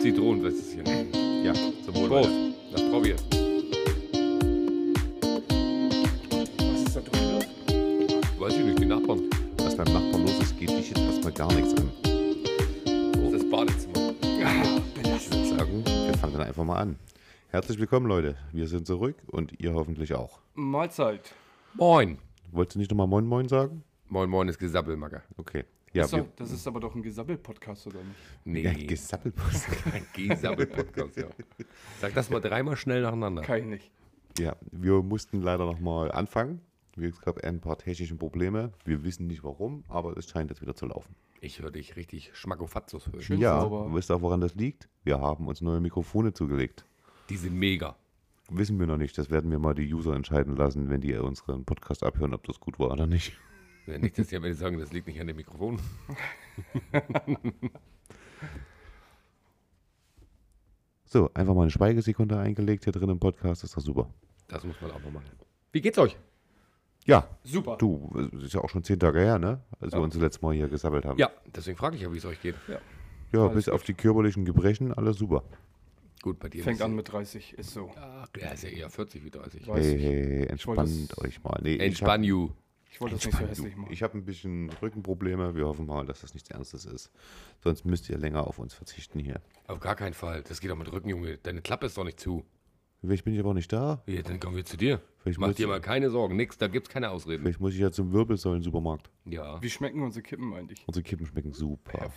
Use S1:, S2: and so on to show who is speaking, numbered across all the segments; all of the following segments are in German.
S1: Zitronen, was ist hier? Ja, zum Wohl.
S2: Prost.
S1: Leute. Das probiert.
S3: Was ist da drüben los?
S1: Weiß ich nicht, die Nachbarn.
S2: Was beim Nachbarn los ist, geht dich jetzt erstmal gar nichts an.
S1: Das ist das Badezimmer.
S2: Ich würde sagen, wir fangen dann einfach mal an. Herzlich willkommen, Leute. Wir sind zurück und ihr hoffentlich auch.
S3: Mahlzeit.
S1: Moin.
S2: Wolltest du nicht nochmal Moin Moin sagen?
S1: Moin, moin ist Gesabbelmacker.
S2: Okay. Ja,
S3: Ist doch-
S2: wir,
S3: das ist aber doch ein Gesabbel-Podcast, oder nicht?
S2: ja
S1: Nee,
S2: Gesappelpost.
S1: Gesabbel-Podcast, ja. Sag das mal dreimal schnell nacheinander.
S3: Kann ich nicht.
S2: ja, wir mussten leider nochmal anfangen. Es gab ein paar technische Probleme. Wir wissen nicht warum, aber es scheint jetzt wieder zu laufen.
S1: Ich höre dich richtig Schmackofatzos hören.
S3: Schön
S2: Ja,
S3: sauber.
S2: wisst ihr auch, woran das liegt? Wir haben uns neue Mikrofone zugelegt.
S1: Die sind mega.
S2: Wissen wir noch nicht. Das werden wir mal die User entscheiden lassen, wenn die unseren Podcast abhören, ob das gut war oder nicht.
S1: Wenn nicht, dass die am Ende sagen, das liegt nicht an dem Mikrofon.
S2: So, einfach mal eine Schweigesekunde eingelegt hier drin im Podcast. Ist doch super.
S1: Das muss man auch mal machen. Wie geht's euch?
S2: Ja,
S3: Super.
S2: du, es ist ja auch schon zehn Tage her, ne? Als wir uns das letzte Mal hier gesammelt haben.
S1: Ja, deswegen frage ich ja, wie es euch geht.
S3: Ja.
S2: ja
S3: alles
S2: bis auf die körperlichen Gebrechen, alles super.
S1: Gut, bei dir
S3: Fängt
S1: bist
S3: an
S1: du-
S3: mit 30, ist so.
S1: Ach, der ist ja eher 40 wie 30.
S3: Weiß
S2: Hey,
S3: ich.
S2: hey,
S3: wollte
S2: entspannt
S3: das-
S2: euch mal. Nee,
S1: Entspann you.
S3: Ich wollte das nicht so
S2: ich
S3: hässlich
S2: habe
S3: machen.
S2: ich hab ein bisschen Rückenprobleme. Wir hoffen mal, dass das nichts Ernstes ist. Sonst müsst ihr länger auf uns verzichten hier.
S1: Auf gar keinen Fall. Das geht doch mit Rücken, Junge. Deine Klappe ist doch nicht zu.
S2: Vielleicht bin ich aber auch nicht da.
S1: Ja, dann kommen wir zu dir.
S2: Vielleicht
S1: Mach
S2: muss-
S1: dir mal keine Sorgen. Nix, da gibt's keine Ausreden.
S2: Vielleicht muss ich ja zum Wirbelsäulen-Supermarkt.
S1: Ja.
S3: Wie schmecken unsere Kippen eigentlich?
S2: Unsere Kippen schmecken super.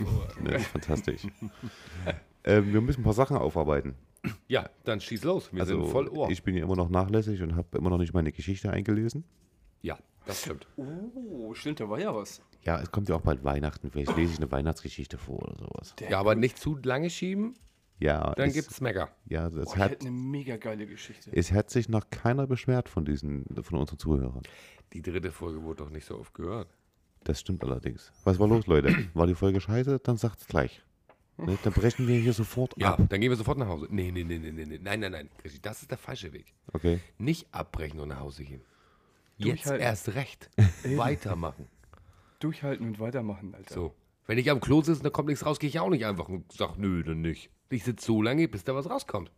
S2: Das ist fantastisch. ähm, wir müssen ein paar Sachen aufarbeiten.
S1: Ja, dann schieß los. Wir
S2: Also,
S1: sind voll Ohr.
S2: ich bin ja immer noch nachlässig und habe immer noch nicht meine Geschichte eingelesen.
S1: ja, das stimmt.
S3: Oh, stimmt, da war ja was.
S2: Ja, es kommt ja auch bald Weihnachten. Vielleicht lese ich eine Weihnachtsgeschichte vor oder sowas.
S1: Ja, aber nicht zu lange schieben,
S2: Ja,
S1: dann
S2: es,
S1: gibt's Mecker.
S2: ja das
S3: Boah, ich
S2: hat,
S3: hätte eine mega geile Geschichte.
S2: es hat sich noch keiner beschwert von diesen, von unseren Zuhörern.
S1: Die dritte Folge wurde doch nicht so oft gehört.
S2: Das stimmt allerdings. Was war los, Leute? War die Folge scheiße? Dann sagt's gleich. Ne? Dann brechen wir hier sofort
S1: Ja,
S2: ab.
S1: dann gehen wir sofort nach Hause. Nee, nee, nee, nee, nee, nee. Nein, nein, nein. Christi, das ist der falsche Weg.
S2: Okay.
S1: Nicht abbrechen und nach Hause gehen. Jetzt
S3: Durchhalten.
S1: erst recht. Weitermachen.
S3: Durchhalten und weitermachen, Alter.
S1: So. Wenn ich am Klo sitze und da kommt nichts raus, gehe ich auch nicht einfach und sag, nö, dann nicht. Ich sitze so lange, bis da was rauskommt.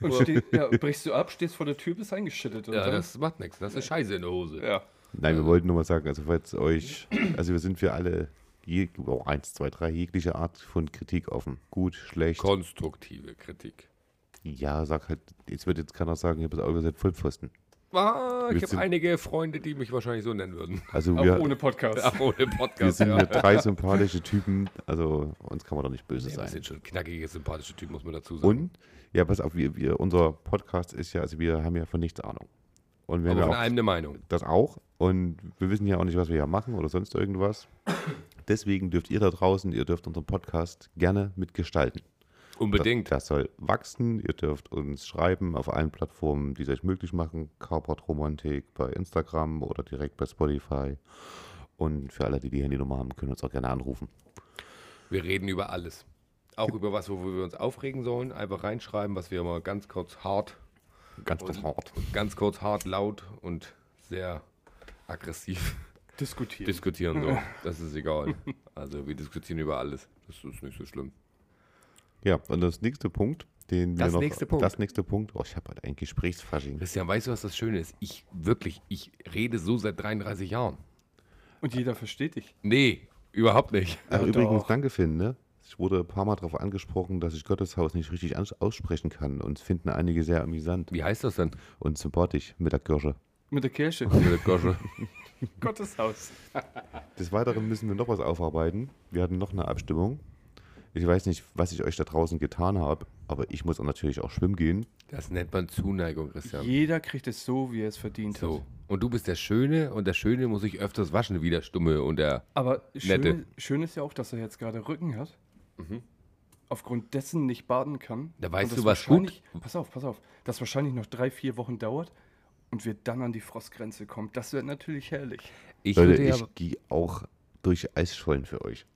S3: Und steh, ja, brichst du ab, stehst vor der Tür, bist eingeschüttet. Und
S1: Ja,
S3: dann,
S1: das macht nichts. Das ist Scheiße in der Hose.
S3: ja.
S2: Nein, wir wollten nur mal sagen, also falls euch, also wir sind für alle, je, oh, eins, zwei, drei, jegliche Art von Kritik offen. Gut, schlecht.
S1: Konstruktive Kritik.
S2: Ja, sag halt, jetzt wird jetzt keiner sagen, ihr, pass auf, ihr seid Vollpfosten.
S1: Ah, ich
S2: Wir
S1: habe
S2: sind-
S1: einige Freunde, die mich wahrscheinlich so nennen würden.
S2: Also
S3: Auch
S2: wir,
S3: ohne Podcast.
S1: Auch ohne
S2: wir
S1: Podcast.
S2: sind
S1: ja.
S2: hier drei sympathische Typen, also uns kann man doch nicht böse
S1: Ja, wir
S2: sein.
S1: sind schon knackige, sympathische Typen, muss man dazu sagen.
S2: Und, ja, pass auf, wir, wir, unser Podcast ist ja, also wir haben ja von nichts Ahnung. Und wir
S1: Aber
S2: haben
S1: von
S2: ja auch,
S1: allem eine Meinung.
S2: das auch und wir wissen ja auch nicht, was wir hier machen oder sonst irgendwas. Deswegen dürft ihr da draußen, ihr dürft unseren Podcast gerne mitgestalten.
S1: Unbedingt.
S2: Das, das soll wachsen. Ihr dürft uns schreiben auf allen Plattformen, die es euch möglich machen. Carport Romantik bei Instagram oder direkt bei Spotify. Und für alle, die die Handynummer haben, können uns auch gerne anrufen.
S1: Wir reden über alles. Auch über was, worüber wir uns aufregen sollen. Einfach reinschreiben, was wir mal ganz kurz hart,
S2: Ganz hart.
S1: ganz kurz hart, laut und sehr aggressiv
S3: Diskutieren.
S1: diskutieren sollen. Das ist egal. Also wir diskutieren über alles. Das ist nicht so schlimm.
S2: Ja, und das nächste Punkt, den wir
S1: Das
S2: noch.
S1: nächste Punkt.
S2: Das nächste Punkt. Oh, ich habe halt ein Gesprächsfasching.
S1: Christian, weißt du, was das Schöne ist? Ich wirklich, ich rede so seit 33 Jahren.
S3: und jeder versteht dich.
S1: Nee, überhaupt nicht.
S2: Ach,
S3: Ja,
S2: übrigens,
S3: doch.
S2: danke, Finn, ne? Ich wurde ein paar Mal darauf angesprochen, dass ich Gotteshaus nicht richtig ans- aussprechen kann und es finden einige sehr amüsant
S1: Wie heißt das denn?
S2: und sympathisch mit der Kirsche.
S3: Mit der Kirche. Gottes Haus.
S2: Des Weiteren müssen wir noch was aufarbeiten. Wir hatten noch eine Abstimmung. Ich weiß nicht, was ich euch da draußen getan habe, aber ich muss auch natürlich auch schwimmen gehen.
S1: Das nennt man Zuneigung, Christian.
S3: Jeder kriegt es so, wie er es verdient
S1: So.
S3: hat.
S1: Und du bist der Schöne und der Schöne muss ich öfters waschen wie der Stumme und der.
S3: Aber schön,
S1: Nette.
S3: schön ist ja auch, dass er jetzt gerade Rücken hat. Aufgrund dessen nicht baden kann.
S1: Mhm. Da
S3: Und
S1: weißt
S3: das
S1: du, was
S3: wahrscheinlich- Pass auf, pass auf. Das wahrscheinlich noch drei, vier Wochen dauert und wir dann an die Frostgrenze kommen. Das wäre natürlich herrlich.
S1: Ich
S2: Leute,
S1: würde ja.
S2: ich gehe auch durch Eisschollen für euch.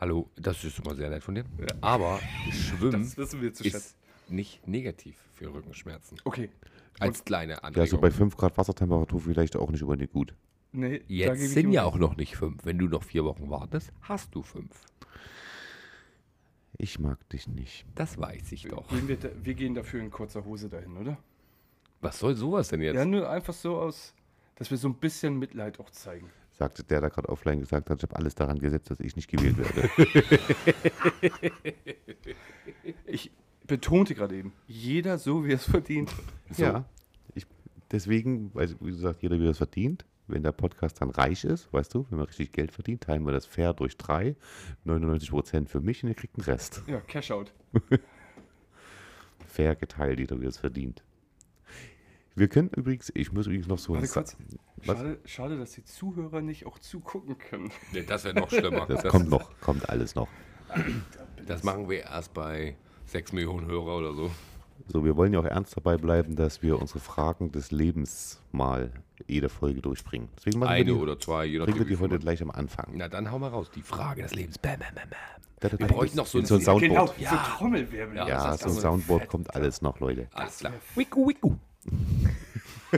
S1: Hallo, das ist immer sehr nett von dir. Aber Schwimmen
S3: wissen wir zu
S1: ist nicht negativ für Rückenschmerzen.
S3: Okay.
S1: Als kleine
S2: Ja, so
S1: Anregung.
S2: bei 5 Grad Wassertemperatur vielleicht auch nicht unbedingt gut.
S3: Nee, da gebe ich
S1: Jetzt sind
S3: ihm
S1: ja auch
S3: recht.
S1: noch nicht fünf. Wenn du noch vier Wochen wartest, hast du fünf.
S2: Ich mag dich nicht.
S1: Das weiß
S3: Äh,
S1: ich doch.
S3: Gehen wir, da, wir gehen dafür in kurzer Hose dahin, oder?
S1: Was soll sowas denn jetzt?
S3: Ja, nur einfach so aus, dass wir so ein bisschen Mitleid auch zeigen.
S2: Sagte der, der gerade offline gesagt hat, ich habe alles daran gesetzt, dass ich nicht gewählt werde.
S3: Ich betonte gerade eben, jeder so, wie er es verdient.
S2: So. Ja. Ich, deswegen, also wie gesagt, jeder, wie das verdient. Wenn der Podcast dann reich ist, weißt du, wenn man richtig Geld verdient, teilen wir das fair durch drei. 99% für mich und ihr kriegt den Rest.
S3: Ja, Cash out.
S2: Fair geteilt, jeder, wie das verdient. Wir können übrigens, ich muss übrigens noch so
S3: Warte
S2: Sa-
S3: kurz.
S2: Was?
S3: Schade, schade, dass die Zuhörer nicht auch zugucken können.
S1: Nee, das wäre noch schlimmer.
S2: Das, kommt noch, kommt alles noch.
S1: Das machen wir erst bei 6 Millionen Hörer oder so.
S2: So, wir wollen ja auch ernst dabei bleiben, dass wir unsere Fragen des Lebens mal jede Folge durchbringen. Deswegen machen wir
S1: Eine
S2: die,
S1: oder zwei, je
S2: bringen wir
S1: nachdem. wie
S2: die
S1: viel
S2: heute
S1: man-
S2: gleich am Anfang.
S1: Na, dann hau mal raus. Die Frage des Lebens. Bam, bam, bam, bam.
S2: Wir
S1: bräuchten noch so
S2: ein, so ein
S1: ein-
S2: Soundboard.
S3: Genau, so
S1: Ja.
S3: Trommelwirbel.
S1: Ja,
S2: Ja,
S1: Das ist
S2: so ein
S1: also
S2: Soundboard kommt alles noch, Leute.
S1: Alles klar. Wiku, wiku.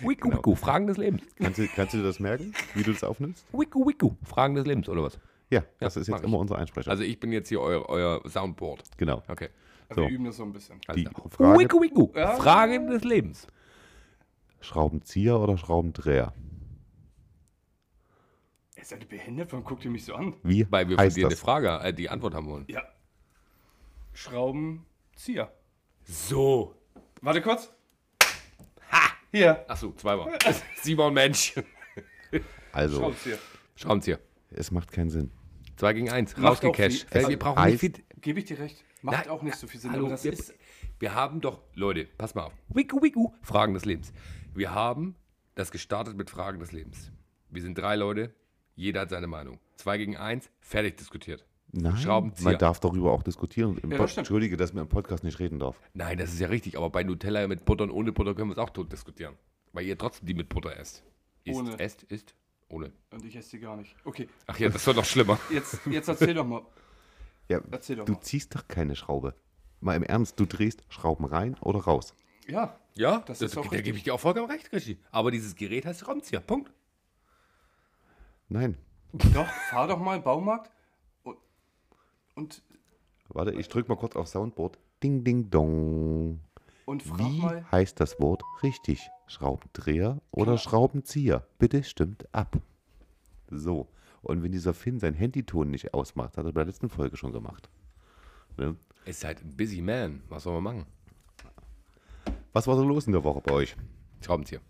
S1: wiku,
S2: Genau.
S1: wiku. Fragen des Lebens.
S2: Kannst du, kannst du dir das merken, wie du das aufnimmst?
S1: Wiku, wiku. Fragen des Lebens, oder was?
S2: Ja, das ist
S1: mach
S2: jetzt
S1: ich.
S2: immer unser Einsprecher.
S1: Also ich bin jetzt hier euer, euer Soundboard.
S2: genau.
S1: Okay.
S3: Aber
S2: So.
S3: Wir üben das so ein bisschen.
S2: Die
S1: Alles klar.
S2: Frage,
S1: Wiku, wiku. Fragen des Lebens.
S2: Schraubenzieher oder Schraubendreher?
S3: Ey, seid ihr behindert? Warum guckt ihr mich so an?
S2: Wie
S1: Weil wir von
S2: heißt
S1: dir eine
S2: das?
S1: Frage, äh, die Antwort haben wollen.
S3: Ja. Schraubenzieher.
S1: So.
S3: Warte kurz. Ha! Hier.
S1: Achso, zweimal. Simon Mensch.
S2: Also,
S3: Schraubenzieher.
S1: Schraubenzieher.
S2: es macht keinen Sinn.
S1: Zwei gegen eins.
S3: Macht
S1: Rausgecasht.
S3: auch viel-
S1: Äh, Wir
S3: also
S1: brauchen nicht
S2: heißt-
S1: viel.
S3: Gebe ich dir recht. Macht
S1: Nein, äh,
S3: auch nicht so viel Sinn.
S1: Hallo,
S3: aber das
S1: wir,
S3: ist.
S1: wir haben doch, Leute, pass mal auf. Wiku, wiku, Fragen des Lebens. Wir haben das gestartet mit Fragen des Lebens. Wir sind drei Leute, jeder hat seine Meinung. Zwei gegen eins, fertig diskutiert.
S2: Nein,
S1: Schraubenzieher.
S2: man darf darüber auch diskutieren. Im
S3: Ja, das
S2: Pod-
S3: stimmt.
S2: Entschuldige, dass man im Podcast nicht reden darf.
S1: Nein, das ist ja richtig, aber bei Nutella mit Butter und ohne Butter können wir es auch tot diskutieren. Weil ihr trotzdem die mit Butter esst. Ist,
S3: Ohne.
S1: esst, ist, ohne.
S3: Und ich esse die gar nicht. Okay,
S1: Ach ja, das wird noch schlimmer.
S3: jetzt, jetzt erzähl doch mal.
S2: Ja,
S3: Erzähl doch
S2: du
S3: mal.
S2: ziehst doch keine Schraube. Mal im Ernst, du drehst Schrauben rein oder raus.
S3: Ja.
S1: Ja,
S3: Das
S1: das-
S3: ist auch
S1: da
S3: richtig.
S1: gebe ich dir auch vollkommen recht, Richie. Aber dieses Gerät heißt Schraubenzieher. Punkt.
S2: Nein.
S3: Doch, fahr doch mal im Baumarkt und, und,
S2: Warte, ich drück mal kurz auf Soundboard. Ding, ding, dong.
S3: und frag
S2: Wie
S3: mal.
S2: heißt das Wort richtig? Schraubendreher oder Schraubenzieher? Bitte stimmt ab. So. Und wenn dieser Finn seinen Handyton nicht ausmacht, hat er bei der letzten Folge schon gemacht. Ne?
S1: Ist halt ein busy man. Was soll man machen?
S2: Was war so los in der Woche bei euch?
S1: Schraubenzieher.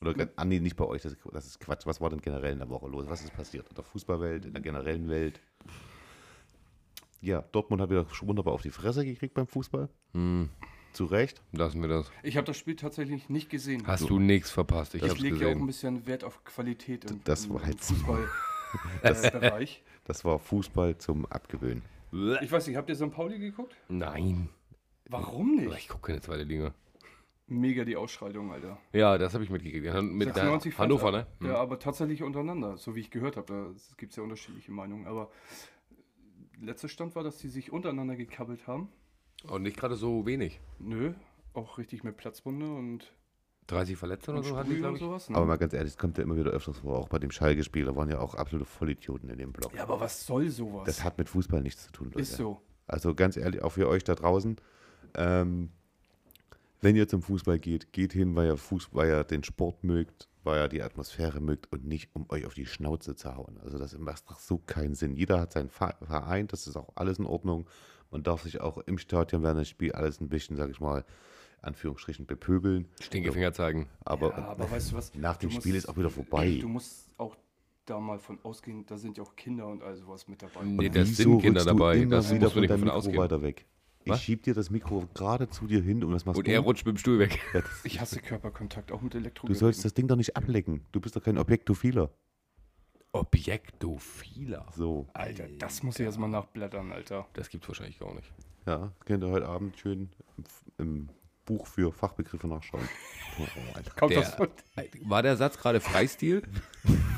S2: Oder gen- ah, nee, nicht bei euch, das, das ist Quatsch. Was war denn generell in der Woche los? Was ist passiert? In der Fußballwelt, in der generellen Welt? Ja, Dortmund hat wieder wunderbar auf die Fresse gekriegt beim Fußball. Zu Recht.
S1: Lassen wir das.
S3: Ich habe das Spiel tatsächlich nicht gesehen.
S1: Hast du nichts verpasst. Ich
S3: ich
S1: hab's
S3: lege ja auch ein
S1: gesehen.
S3: bisschen Wert auf Qualität äh, im,
S2: Das
S3: im,
S2: war
S3: im
S2: halt-
S3: Fußballbereich.
S2: Das war Fußball zum Abgewöhnen.
S3: Ich weiß nicht, habt ihr St. Pauli geguckt?
S1: Nein.
S3: Warum
S1: Aber
S3: nicht?
S1: Ich gucke keine zweite Liga.
S3: Mega die Ausschreitung, Alter.
S1: Ja, das habe ich mitgekriegt. Ja, Mit der
S3: fand's
S1: Hannover, ne?
S3: ab. Ja,
S2: Mhm.
S3: aber tatsächlich untereinander, so wie ich gehört habe. Da gibt es ja unterschiedliche Meinungen. Aber letzter Stand war, dass die sich untereinander gekabbelt haben.
S1: Hm. Und nicht gerade so wenig.
S3: Nö, auch richtig mit Platzbunde und,
S1: 30 Verletzte oder
S3: und
S1: so hatten die,
S3: Sprüh
S1: glaub
S3: und
S1: ich.
S3: sowas. ne?
S2: Aber mal ganz ehrlich, es kommt ja immer wieder öfters vor, auch bei dem Schalke-Spiel. Da waren ja auch absolute Vollidioten in dem Block.
S3: ja, aber was soll sowas?
S2: Das hat mit Fußball nichts zu tun, Leute.
S3: Ist so.
S2: Also ganz ehrlich, auch für euch da draußen, ähm, wenn ihr zum Fußball geht, geht hin, weil ihr, Fuß, weil ihr den Sport mögt, weil ihr die Atmosphäre mögt und nicht, um euch auf die Schnauze zu hauen. Also das macht doch so keinen Sinn. Jeder hat seinen Fa- Verein, das ist auch alles in Ordnung. Man darf sich auch im Stadion während des Spiels alles ein bisschen, sag ich mal, Anführungsstrichen bepöbeln.
S1: Stinkefinger zeigen.
S2: Aber,
S3: Ja, aber weißt du was?
S2: nach dem
S3: Du musst-
S2: Spiel ist auch wieder vorbei.
S3: Du musst auch da mal von ausgehen, da sind ja auch Kinder und all sowas mit dabei.
S1: Nee,
S2: Wieso
S1: das sind Kinder
S2: rückst du
S1: dabei.
S2: Immer
S1: Das
S2: wieder
S1: musst du
S2: von
S1: nicht
S2: deinem
S1: davon
S2: Mikro
S1: ausgehen.
S2: weiter weg. Ich
S1: Was?
S2: schieb dir das Mikro gerade zu dir hin und was machst
S1: Und
S2: du? um.
S1: er rutscht mit dem Stuhl weg.
S2: Ja, das-
S3: Ich hasse Körperkontakt, auch mit Elektro.
S2: Du sollst das Ding doch nicht ablecken. Du bist doch kein Objektophiler.
S1: Objektophiler.
S2: So.
S3: Alter, das muss ich erst mal nachblättern, Alter.
S1: Das gibt's wahrscheinlich gar nicht.
S2: Ja, könnt ihr heute Abend schön im, F- im Buch für Fachbegriffe nachschauen. Oh, Alter.
S3: Kommt
S1: Der-
S3: das von
S1: War der Satz gerade Freistil?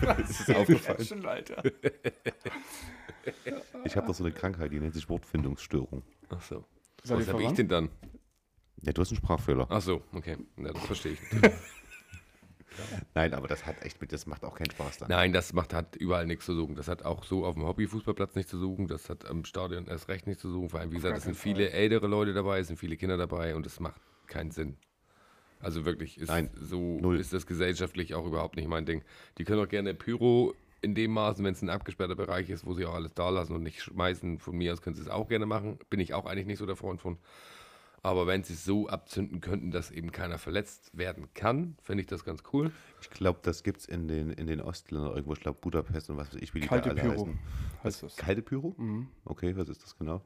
S3: das ist aufgefallen. Schon, Alter.
S2: Ich habe doch so eine Krankheit, die nennt sich Wortfindungsstörung.
S1: Ach so.
S3: Seid
S1: Was
S3: ihr
S1: habe ich
S3: voran?
S1: denn dann? Ah.
S2: Ja, du hast einen Sprachfehler.
S1: Ach so, okay. Ja, das verstehe ich.
S2: Nein, aber das hat echt mit, das macht auch keinen Spaß dann.
S1: Nein, das macht, hat überall nichts zu suchen. Das hat auch so auf dem Hobbyfußballplatz nichts zu suchen. Das hat am Stadion erst recht nichts zu suchen. Vor allem, wie gesagt,
S3: gar
S1: es sind
S3: keinen
S1: viele ältere Leute dabei, es sind viele Kinder dabei und es macht keinen Sinn. Also wirklich, ist
S2: Nein,
S1: so
S2: null.
S1: ist das gesellschaftlich auch überhaupt nicht mein Ding. Die können auch gerne Pyro in dem Maßen, wenn es ein abgesperrter Bereich ist, wo sie auch alles da lassen und nicht schmeißen. Von mir aus können sie es auch gerne machen. Bin ich auch eigentlich nicht so der Freund von. Aber wenn sie es so abzünden könnten, dass eben keiner verletzt werden kann, finde ich das ganz cool.
S2: Ich glaube, das gibt es in den, in den Ostländern irgendwo, ich glaube Budapest und was weiß ich, wie die da
S3: Kalte
S2: alle
S3: Pyro
S2: heißen.
S3: heißt das.
S2: Kalte Pyro? Okay, was ist das genau?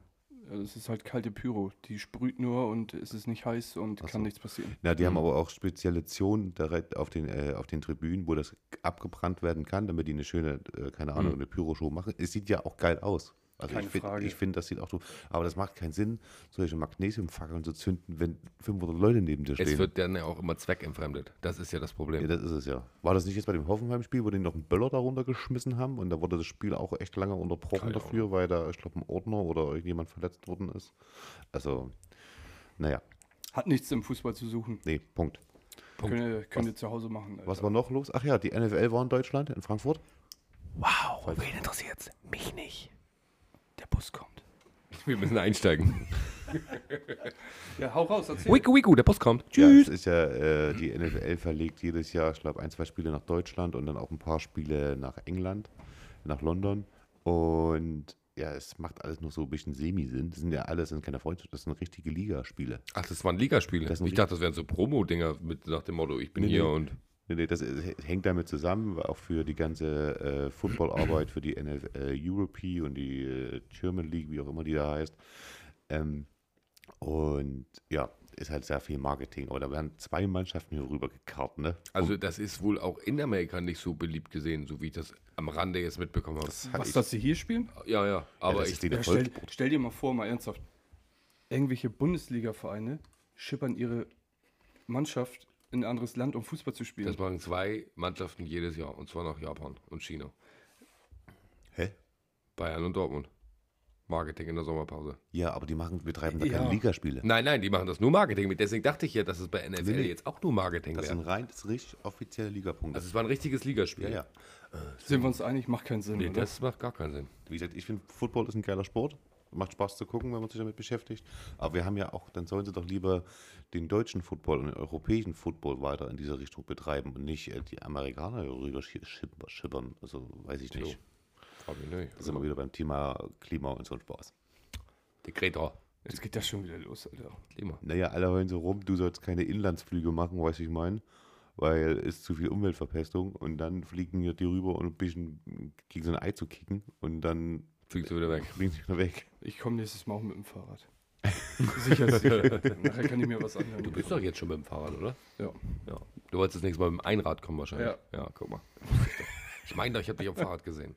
S3: Ja, das ist halt kalte Pyro. Die sprüht nur und es ist nicht heiß und kann nichts passieren.
S2: Na, die haben aber auch spezielle Zonen direkt auf den, äh, auf den Tribünen, wo das abgebrannt werden kann, damit die eine schöne, äh, keine Ahnung, eine Pyroshow machen. Es sieht ja auch geil aus. Also
S3: Keine
S2: ich finde,
S3: Frage.
S2: ich find, das sieht auch so, aber das macht keinen Sinn, solche Magnesiumfackeln zu zünden, wenn 500 Leute neben dir stehen.
S1: Es wird dann ja auch immer zweckentfremdet. Das ist ja das Problem.
S2: ja, das ist es ja. War das nicht jetzt bei dem Hoffenheim-Spiel, wo die noch einen Böller darunter geschmissen haben und da wurde das Spiel auch echt lange unterbrochen
S1: Keine
S2: dafür, weil da, ich glaube, ein Ordner oder irgendjemand verletzt worden ist. Also, naja,
S3: Hat nichts im Fußball zu suchen.
S2: nee, Punkt.
S1: Punkt.
S3: Könnt ihr, könnt ihr zu Hause machen. Alter.
S2: Was war noch los? Ach ja, die NFL war in Deutschland, in Frankfurt.
S3: Wow, wen interessiert's? Mich nicht. Der Bus kommt.
S1: Wir müssen einsteigen.
S3: Ja, hau raus, erzähl.
S1: Wiku, wiku, der Bus kommt.
S2: Ja, es ist ja, äh, die NFL verlegt jedes Jahr, ich glaube, ein, zwei Spiele nach Deutschland und dann auch ein paar Spiele nach England, nach London. Und ja, es macht alles nur so ein bisschen Semi-Sinn. Das sind ja alles, das sind keine Freundschaft, das sind richtige Ligaspiele.
S1: Ach, das waren Ligaspiele.
S2: Das sind
S1: ich dachte, das wären so Promo-Dinger mit nach dem Motto, ich bin
S2: Nee,
S1: hier
S2: nee.
S1: und.
S2: Nee, nee, das ist, hängt damit zusammen, weil auch für die ganze äh, Footballarbeit, für die NFL, äh, Europe und die äh, German League, wie auch immer die da heißt. Ähm, und ja, ist halt sehr viel Marketing. Aber da werden zwei Mannschaften hier rüber gekarrt, ne?
S1: Also, das ist wohl auch in Amerika nicht so beliebt gesehen, so wie ich das am Rande jetzt mitbekommen habe.
S2: Das hab
S3: Was,
S2: ich-
S3: dass sie hier spielen?
S1: Ja, ja, aber
S2: das
S1: ich.
S2: ist die-
S3: Ja, stell, stell dir mal vor, mal ernsthaft, irgendwelche Bundesliga-Vereine schippern ihre Mannschaft in ein anderes Land, um Fußball zu spielen.
S1: Das machen zwei Mannschaften jedes Jahr, und zwar nach Japan und China.
S2: Hä?
S1: Bayern und Dortmund. Marketing in der Sommerpause.
S2: Ja, aber die machen, betreiben da
S3: Ja.
S2: keine Ligaspiele.
S1: Nein, nein, die machen das nur Marketing mit. Deswegen dachte ich ja, dass es bei NFL
S2: Nee, nee.
S1: jetzt auch nur Marketing
S2: Das sind
S1: wäre.
S2: rein, das sind richtig offizielle Ligapunkte.
S1: Also, es war ein richtiges Ligaspiel.
S2: ja, ja.
S3: Sind wir uns einig? Macht keinen Sinn,
S1: Nee,
S3: oder?
S1: das macht gar keinen Sinn.
S2: Wie gesagt, ich finde, Football ist ein geiler Sport. Macht Spaß zu gucken, wenn man sich damit beschäftigt. Aber wir haben ja auch, dann sollen sie doch lieber den deutschen Football und den europäischen Football weiter in diese Richtung betreiben und nicht äh, die Amerikaner hier rüber schi- schip- schippern. Also weiß ich nicht.
S1: Jo. Fabi, nee.
S2: Da sind wir wieder beim Thema Klima und so ein Spaß.
S1: Dekreta.
S3: Jetzt geht das schon wieder los, Alter.
S1: Klima.
S2: Naja, alle heulen so rum, du sollst keine Inlandsflüge machen, weiß ich mein, weil es zu viel Umweltverpestung und dann fliegen hier die rüber und ein bisschen gegen so ein Ei zu kicken und dann
S1: Fliegst du wieder weg.
S2: fliegen sie wieder weg.
S3: Ich komme nächstes Mal auch mit dem Fahrrad. sicher, sicher. Nachher kann ich mir was anhören.
S1: Du bist doch jetzt schon mit dem Fahrrad, oder?
S3: ja.
S1: Ja. Du wolltest das nächste Mal mit dem Einrad kommen wahrscheinlich. Ja, guck mal. Ich meine doch, ich habe dich auf dem Fahrrad gesehen.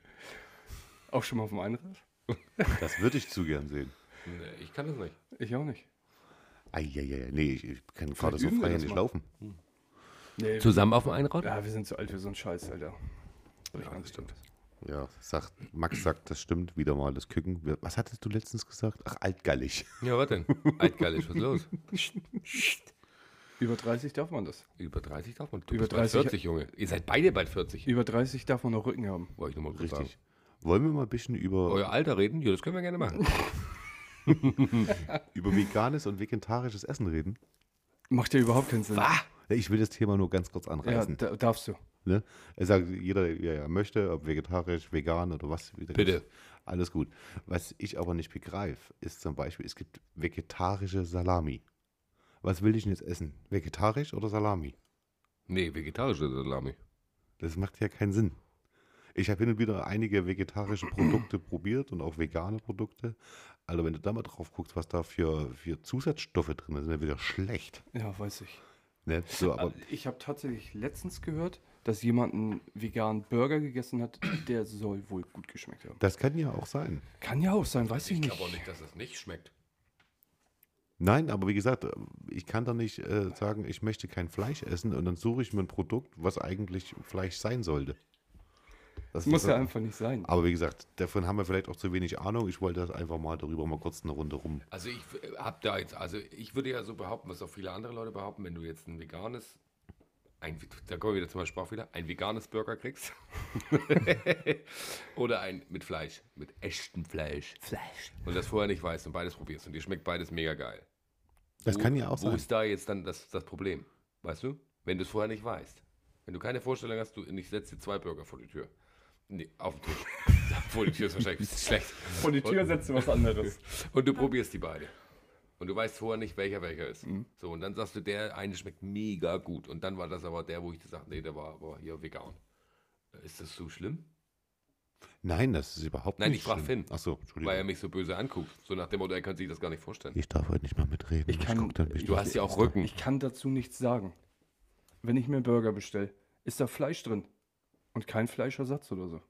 S3: Auch schon mal auf dem Einrad?
S2: Das würde ich zu gern sehen.
S1: Nee, ich kann das nicht.
S3: Ich auch nicht.
S2: Eieiei, nee, ich, ich kann gerade so
S3: üben wir
S2: frei
S3: das
S2: nicht
S3: mal.
S2: laufen.
S3: Nee,
S1: Zusammen auf dem Einrad?
S3: ja, wir sind zu alt für so einen Scheiß, Alter.
S1: Ja, das stimmt.
S2: Ja, sagt, Max sagt, das stimmt, wieder mal das Küken. Wir- Was hattest du letztens gesagt? Ach, altgallig.
S1: Ja, was denn? Altgallisch, was ist los?
S3: Über 30 darf man das.
S1: Über 30 darf man. Du
S3: Über
S1: bist bald
S3: 30
S1: 40, Junge. Ihr seid beide bald 40.
S3: Über 30 darf man noch Rücken haben.
S1: Wollte ich nochmal kurz sagen.
S2: Richtig. Oh Wollen wir mal ein bisschen über,
S1: Euer Alter reden? Ja, das können wir gerne machen.
S2: über veganes und vegetarisches Essen reden?
S3: Macht ja überhaupt keinen Sinn.
S2: Ich will das Thema nur ganz kurz
S3: Ja,
S2: anreißen.
S3: da, darfst du.
S2: Ne? Es sagt jeder, wie er möchte, ob vegetarisch, vegan oder was. wie das
S1: Bitte.
S2: ist. Alles gut. Was ich aber nicht begreife, ist zum Beispiel, es gibt vegetarische Salami. Was will ich denn jetzt essen? Vegetarisch oder Salami?
S1: Nee, vegetarische Salami.
S2: Das macht ja keinen Sinn. Ich habe hin und wieder einige vegetarische Produkte probiert und auch vegane Produkte. Also wenn du da mal drauf guckst, was da für, für Zusatzstoffe drin sind, dann wird ja schlecht.
S3: Ja, weiß ich. Äh,
S2: Ne? So, aber
S3: Ich habe tatsächlich letztens gehört, dass jemand einen veganen Burger gegessen hat, der soll wohl gut geschmeckt haben.
S2: das kann ja auch sein.
S3: Kann ja auch sein, weiß ich,
S1: Ich
S3: nicht.
S1: glaube auch nicht, dass es nicht schmeckt.
S2: Nein, aber wie gesagt, äh, ich kann da nicht äh, sagen, ich möchte kein Fleisch essen und dann suche ich mir ein Produkt, was eigentlich Fleisch sein sollte. Das
S3: Das muss
S2: ist-
S1: Also-
S3: ja einfach nicht sein.
S2: Aber wie gesagt, davon haben wir vielleicht auch zu wenig Ahnung. Ich wollte das einfach mal darüber mal kurz eine Runde rum.
S1: Also ich habe da jetzt, also ich würde ja so behaupten, was auch viele andere Leute behaupten, wenn du jetzt ein veganes ein, da kommen wir wieder zum Beispiel auch wieder, ein veganes Burger kriegst. Oder ein mit Fleisch, mit echtem Fleisch.
S3: Fleisch.
S1: Und das vorher nicht weißt und beides probierst und dir schmeckt beides mega geil.
S2: Das
S1: Wo-
S2: kann ja auch
S1: Wo
S2: sein.
S1: ist da jetzt dann das, das Problem? Weißt du? Wenn du es vorher nicht weißt. Wenn du keine Vorstellung hast, du, ich setze dir zwei Burger vor die Tür. Nee, auf den Tisch. vor die Tür ist wahrscheinlich ein bisschen schlecht.
S3: Vor die Tür setzt du was anderes.
S1: Und du probierst die beide. Und du weißt vorher nicht, welcher welcher ist. So, und dann sagst du, der eine schmeckt mega gut. Und dann war das aber der, wo ich gesagt nee, der war aber hier vegan. Ist das so schlimm?
S2: Nein, das ist überhaupt
S1: Nein,
S2: nicht.
S1: ich frag Finn.
S2: schlimm. Ach so,
S1: Weil er
S2: Entschuldigung.
S1: mich so böse anguckt. So nach dem Motto, er kann sich das gar nicht vorstellen.
S2: Ich darf heute nicht mal mitreden.
S3: Ich kann-
S2: guck dann
S3: du
S2: bestimmt-
S1: Du hast ja auch Rücken.
S3: Ich kann dazu nichts sagen. Wenn ich mir einen Burger bestelle, ist da Fleisch drin. Und kein Fleischersatz oder so.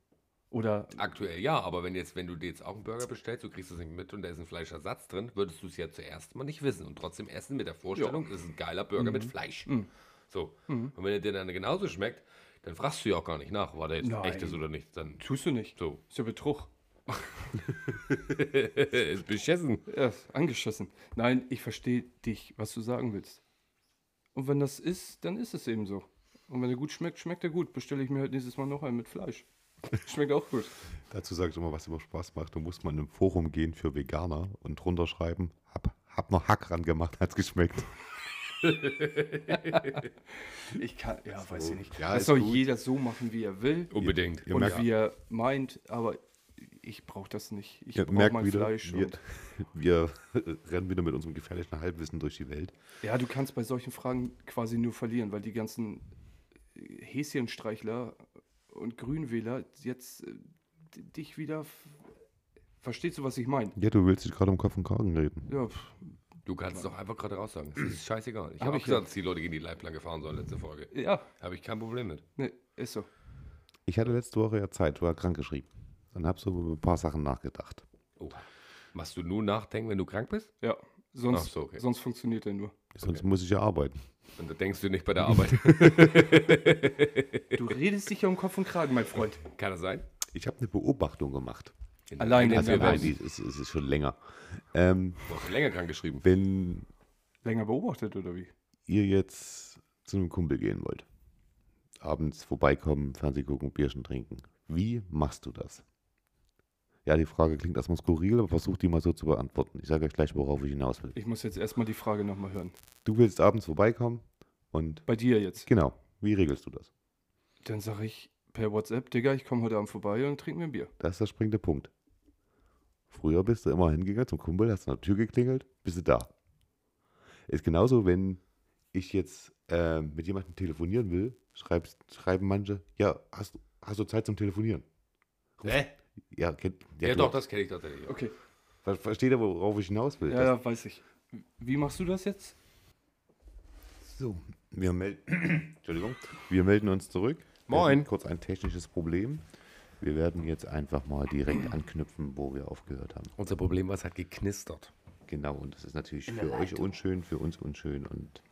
S3: Oder
S1: Aktuell ja, aber wenn jetzt, wenn du dir jetzt auch einen Burger bestellst, du kriegst das nicht mit und da ist ein Fleischersatz drin, würdest du es ja zuerst mal nicht wissen und trotzdem essen mit der Vorstellung, es ist ein geiler Burger mit Fleisch. So. Und wenn er dir dann genauso schmeckt, dann fragst du ja auch gar nicht nach, war der jetzt
S3: Nein.
S1: echtes oder nicht. Dann
S3: tust du nicht.
S1: so.
S3: Ist ja Betrug.
S1: ist beschissen.
S3: Ja, ist angeschissen. Nein, ich verstehe dich, was du sagen willst. Und wenn das ist, dann ist es eben so. Und wenn er gut schmeckt, schmeckt er gut. Bestelle ich mir halt nächstes Mal noch einen mit Fleisch. Schmeckt auch gut.
S2: Dazu sage ich immer, was immer Spaß macht. Da muss man in ein Forum gehen für Veganer und drunter schreiben, hab, hab noch Hack ran gemacht, hat's geschmeckt.
S3: Ich kann, ja, weiß ich nicht.
S2: Ja,
S3: das
S2: ist
S3: soll
S2: gut.
S3: jeder so machen, wie er will.
S1: Unbedingt.
S2: Ihr
S3: und
S2: merkt-
S3: wie er meint, aber ich brauche das nicht. Ich
S2: Ihr
S3: brauche
S2: merkt
S3: mein
S2: wieder,
S3: Fleisch.
S2: wir,
S3: Und,
S2: wir rennen wieder mit unserem gefährlichen Halbwissen durch die Welt.
S3: ja, du kannst bei solchen Fragen quasi nur verlieren, weil die ganzen Häschenstreichler und Grünwähler jetzt äh, d- dich wieder. f- Verstehst du, was ich meine?
S2: Ja, du willst dich gerade um Kopf und Kragen reden.
S3: Ja, pff,
S1: Du kannst es doch einfach gerade raus sagen. Es ist scheißegal. Ich
S3: Hab
S1: habe auch
S3: ich ja.
S1: gesagt, dass die Leute gegen die Leitplanke fahren sollen, letzte Folge.
S3: ja,
S1: Habe ich kein Problem mit.
S3: ne, ist so.
S2: Ich hatte letzte Woche ja Zeit, war krankgeschrieben. Dann habe so über ein paar Sachen nachgedacht.
S1: Oh. Machst du nur nachdenken, wenn du krank bist?
S3: Ja, sonst,
S1: Ach so, okay.
S3: sonst funktioniert er nur.
S2: Sonst muss ich ja arbeiten.
S1: Und da denkst du nicht bei der Arbeit.
S3: Du redest dich ja um Kopf und Kragen, mein Freund.
S1: Kann das sein?
S2: Ich habe eine Beobachtung gemacht.
S1: In
S3: Allein
S1: der
S3: in
S2: Also,
S3: der
S1: Regel-
S2: nein,
S3: Welt.
S2: die ist, ist, ist schon länger. Ähm,
S1: Du hast länger krank geschrieben.
S2: wenn
S3: Länger beobachtet, oder wie?
S2: ihr jetzt zu einem Kumpel gehen wollt, abends vorbeikommen, Fernseh gucken, Bierchen trinken, wie machst du das? Ja, die Frage klingt erstmal skurril, aber versucht die mal so zu beantworten. Ich sage euch gleich, worauf ich hinaus will.
S3: Ich muss jetzt erstmal die Frage nochmal hören.
S2: Du willst abends vorbeikommen und
S3: Bei dir jetzt.
S2: genau, wie regelst du das?
S3: Dann sage ich per WhatsApp, Digga, ich komme heute Abend vorbei und trink mir ein Bier.
S2: Das ist der springende Punkt. Früher bist du immer hingegangen zum Kumpel, hast an der Tür geklingelt, bist du da. Ist genauso, wenn ich jetzt ähm, mit jemandem telefonieren will, schreibst, schreiben manche, ja, hast, hast du Zeit zum Telefonieren?
S1: Hä?
S2: Ja, kennt,
S1: Ja,
S2: klar.
S1: doch, das kenne ich tatsächlich.
S3: Okay,
S2: Ver- Versteht ihr, worauf ich hinaus will?
S3: ja, ja, weiß ich. Wie machst du das jetzt?
S2: Das, so, wir, mel Entschuldigung. wir melden uns zurück. Wir
S1: Moin.
S2: hatten Kurz ein technisches Problem. Wir werden jetzt einfach mal direkt anknüpfen, wo wir aufgehört haben.
S1: Unser Problem war, es hat geknistert.
S2: Genau, und das ist natürlich für euch unschön, für uns unschön und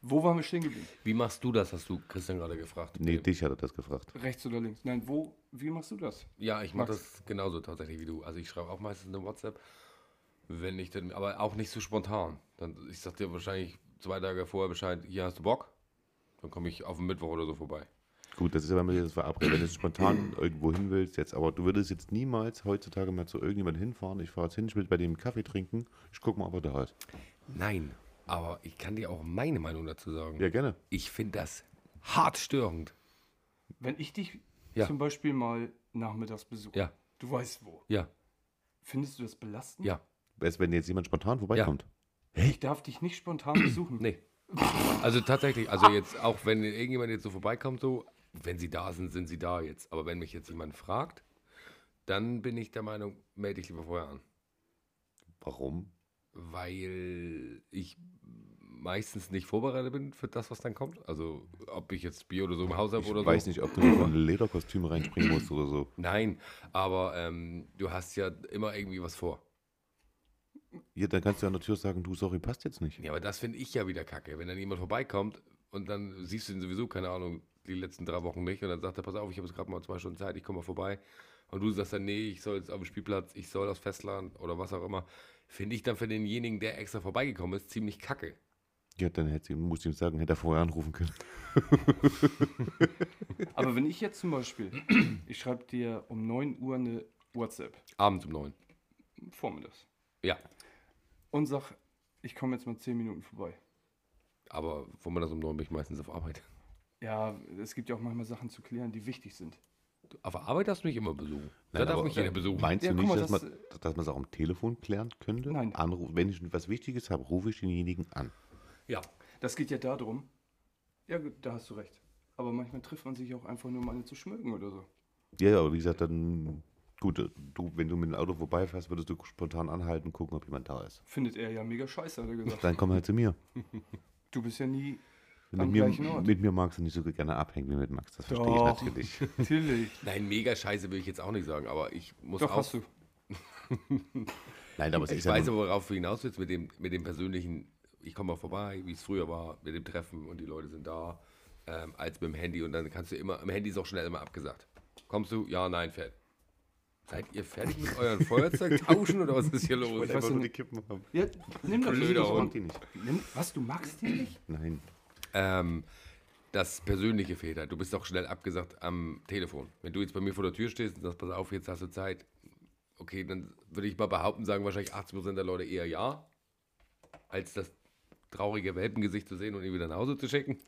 S3: Wo waren wir stehen geblieben?
S1: Wie machst du das, hast du Christian gerade gefragt.
S2: Nee, dich hat er das gefragt.
S3: Rechts oder links? Nein, wo, wie machst du das?
S1: Ja, ich mache
S3: Max.
S1: das genauso tatsächlich wie du. Also ich schreibe auch meistens eine WhatsApp, wenn ich dann, aber auch nicht so spontan. Dann, ich sag dir wahrscheinlich zwei Tage vorher Bescheid, hier hast du Bock, dann komme ich auf den Mittwoch oder so vorbei.
S2: Gut, das ist aber mit das verabredet. Wenn du jetzt spontan irgendwo hin willst, jetzt, aber du würdest jetzt niemals heutzutage mal zu irgendjemandem hinfahren. Ich fahre jetzt hin, ich will bei dem Kaffee trinken. Ich guck mal, ob er da ist.
S1: Nein, aber ich kann dir auch meine Meinung dazu sagen.
S2: Ja, gerne.
S1: Ich finde das hart störend.
S3: Wenn ich dich
S1: Ja.
S3: zum Beispiel mal nachmittags besuche,
S1: Ja,
S3: du weißt wo,
S1: ja,
S3: findest du das belastend?
S1: ja.
S2: Erst wenn jetzt jemand spontan vorbeikommt.
S3: Ich darf dich nicht spontan besuchen.
S1: Nee. Also tatsächlich, also
S2: Ah.
S1: jetzt auch wenn irgendjemand jetzt so vorbeikommt, so, wenn sie da sind, sind sie da jetzt. Aber wenn mich jetzt jemand fragt, dann bin ich der Meinung, melde dich lieber vorher an.
S2: Warum?
S1: Weil ich meistens nicht vorbereitet bin für das, was dann kommt. Also ob ich jetzt Bier oder so im Haus habe
S2: Ich
S1: oder
S2: weiß
S1: so.
S2: nicht, ob du in so ein Lederkostüm reinspringen musst oder so.
S1: Nein, aber ähm, du hast ja immer irgendwie was vor.
S2: Ja, dann kannst du an der Tür sagen, du, sorry, passt jetzt nicht.
S1: Ja, aber das finde ich ja wieder kacke, wenn dann jemand vorbeikommt und dann siehst du ihn sowieso, keine Ahnung, die letzten drei Wochen nicht und dann sagt er, pass auf, ich habe jetzt gerade mal zwei Stunden Zeit, ich komme mal vorbei. Und du sagst dann, nee, ich soll jetzt auf dem Spielplatz, ich soll aus Festland oder was auch immer. Finde ich dann für denjenigen, der extra vorbeigekommen ist, ziemlich kacke.
S2: Ja, dann hätte sie, muss ich ihm sagen, hätte er vorher anrufen können.
S3: Aber wenn ich jetzt zum Beispiel, ich schreibe dir um 9 Uhr eine WhatsApp,
S1: Abends um neun.
S3: vormittags,
S1: Ja.
S3: und sag, ich komme jetzt mal 10 Minuten vorbei.
S1: Aber wo man das um neun bin ich meistens auf Arbeit.
S3: Ja, es gibt ja auch manchmal Sachen zu klären, die wichtig sind.
S1: Auf der Arbeit darfst du mich immer besuchen. da darf
S2: aber- äh,
S1: mich jeder
S3: äh,
S1: besuchen.
S2: Meinst
S3: Ja,
S2: du
S3: guck
S2: nicht,
S3: mal,
S2: dass
S3: das-
S2: man dass man es auch am Telefon klären könnte?
S3: Nein.
S2: Anruf, wenn ich was Wichtiges habe, rufe ich denjenigen an.
S1: ja.
S3: Das geht ja darum. Ja, gut, da hast du recht. Aber manchmal trifft man sich auch einfach nur, um eine zu schmücken oder so.
S2: Ja, ja, aber wie gesagt, dann, gut, du, wenn du mit dem Auto vorbeifährst, würdest du spontan anhalten, gucken, ob jemand da ist.
S3: Findet er ja mega scheiße, hat er gesagt.
S2: Dann komm halt zu mir.
S3: Du bist ja nie
S2: Mit
S3: am
S2: mir,
S3: gleichen Ort.
S2: mit mir magst du nicht so gerne abhängen wie mit Max, das verstehe ich
S3: Doch.
S2: natürlich.
S3: Natürlich.
S1: Nein, mega scheiße will ich jetzt auch nicht sagen, aber ich muss
S3: Doch,
S1: auch.
S3: hast du.
S2: Nein, aber es
S1: Ich
S2: ist ja
S1: weiß
S2: nun-
S1: aber, worauf du hinaus willst mit dem, mit dem persönlichen, ich komme mal vorbei, wie es früher war, mit dem Treffen und die Leute sind da, ähm, als mit dem Handy und dann kannst du immer, im Handy ist auch schnell immer abgesagt. Kommst du? Ja, nein, fährt. Seid ihr fertig mit euren Feuerzeugtauschen oder was ist hier los?
S3: einfach nur die
S2: Kippen haben.
S3: Ja, nimm das
S1: Blöder
S3: das-
S1: Hund.
S2: Die nicht.
S3: Nimm, was, du magst den nicht?
S2: Nein.
S1: Ähm, das persönliche Fehler, du bist auch schnell abgesagt am Telefon. Wenn du jetzt bei mir vor der Tür stehst und sagst, pass auf, jetzt hast du Zeit, okay, dann würde ich mal behaupten, sagen wahrscheinlich 80% der Leute eher ja, als das traurige Welpengesicht zu sehen und ihn wieder nach Hause zu schicken,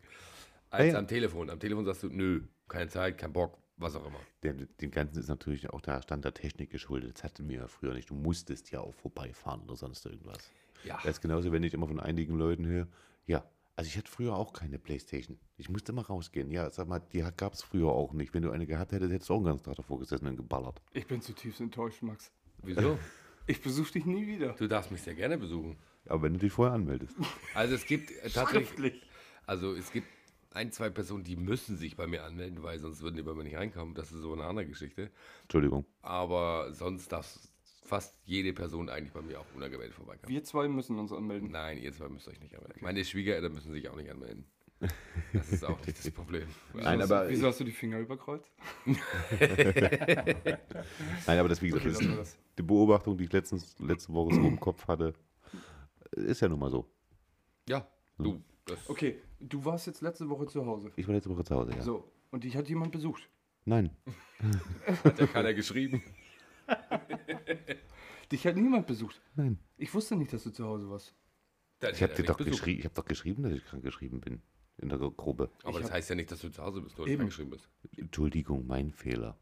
S1: als
S2: Ja, ja.
S1: am Telefon. Am Telefon sagst du, nö, keine Zeit, kein Bock, was auch immer.
S2: Der, dem Ganzen ist natürlich auch der Stand der Technik geschuldet. Das hatten wir ja früher nicht. Du musstest ja auch vorbeifahren oder sonst irgendwas.
S1: Ja,
S2: Das ist genauso, wenn ich immer von einigen Leuten höre, ja, also ich hatte früher auch keine Playstation. Ich musste immer rausgehen. Ja, sag mal, die gab es früher auch nicht. Wenn du eine gehabt hättest, hättest du auch einen ganzen Tag davor gesessen und geballert.
S3: Ich bin zutiefst enttäuscht, Max.
S1: wieso?
S3: Ich besuche dich nie wieder.
S1: Du darfst mich sehr gerne besuchen.
S2: Aber wenn du dich vorher anmeldest.
S1: Also es gibt äh, tatsächlich, also es gibt ein, zwei Personen, die müssen sich bei mir anmelden, weil sonst würden die bei mir nicht reinkommen. Das ist so eine andere Geschichte.
S2: Entschuldigung.
S1: Aber sonst darf fast jede Person eigentlich bei mir auch unangemeldet vorbeikommen.
S3: Wir zwei müssen uns anmelden.
S1: Nein, ihr zwei müsst euch nicht anmelden. Meine Schwiegereltern müssen sich auch nicht anmelden. Das ist auch nicht das Problem.
S3: Wieso
S2: Nein,
S3: hast
S2: aber
S3: du, wieso hast du die Finger überkreuzt?
S2: Nein, aber das, wie gesagt,
S3: Okay,
S2: das
S3: lassen wir
S2: ist
S3: das.
S2: die Beobachtung, die ich letztens, letzte Woche so im Kopf hatte, ist ja nun mal so.
S1: Ja, du. Das,
S3: Okay, du warst jetzt letzte Woche zu Hause.
S2: Ich war letzte Woche zu Hause, ja.
S3: So, und dich hat jemand besucht.
S2: Nein.
S1: hat ja keiner geschrieben.
S3: Dich hat niemand besucht.
S2: Nein.
S3: Ich wusste nicht, dass du zu Hause warst.
S1: Dann
S2: Ich habe
S1: hat
S2: dir
S1: er
S2: doch,
S1: nicht besucht.
S2: geschrie ich hab doch geschrieben, dass ich krank geschrieben bin. In der Gruppe.
S1: Aber
S3: Ich
S1: das
S3: hab-
S1: heißt ja nicht, dass du zu Hause bist, nur dass
S3: Eben.
S1: du angeschrieben bist.
S2: Entschuldigung, mein Fehler.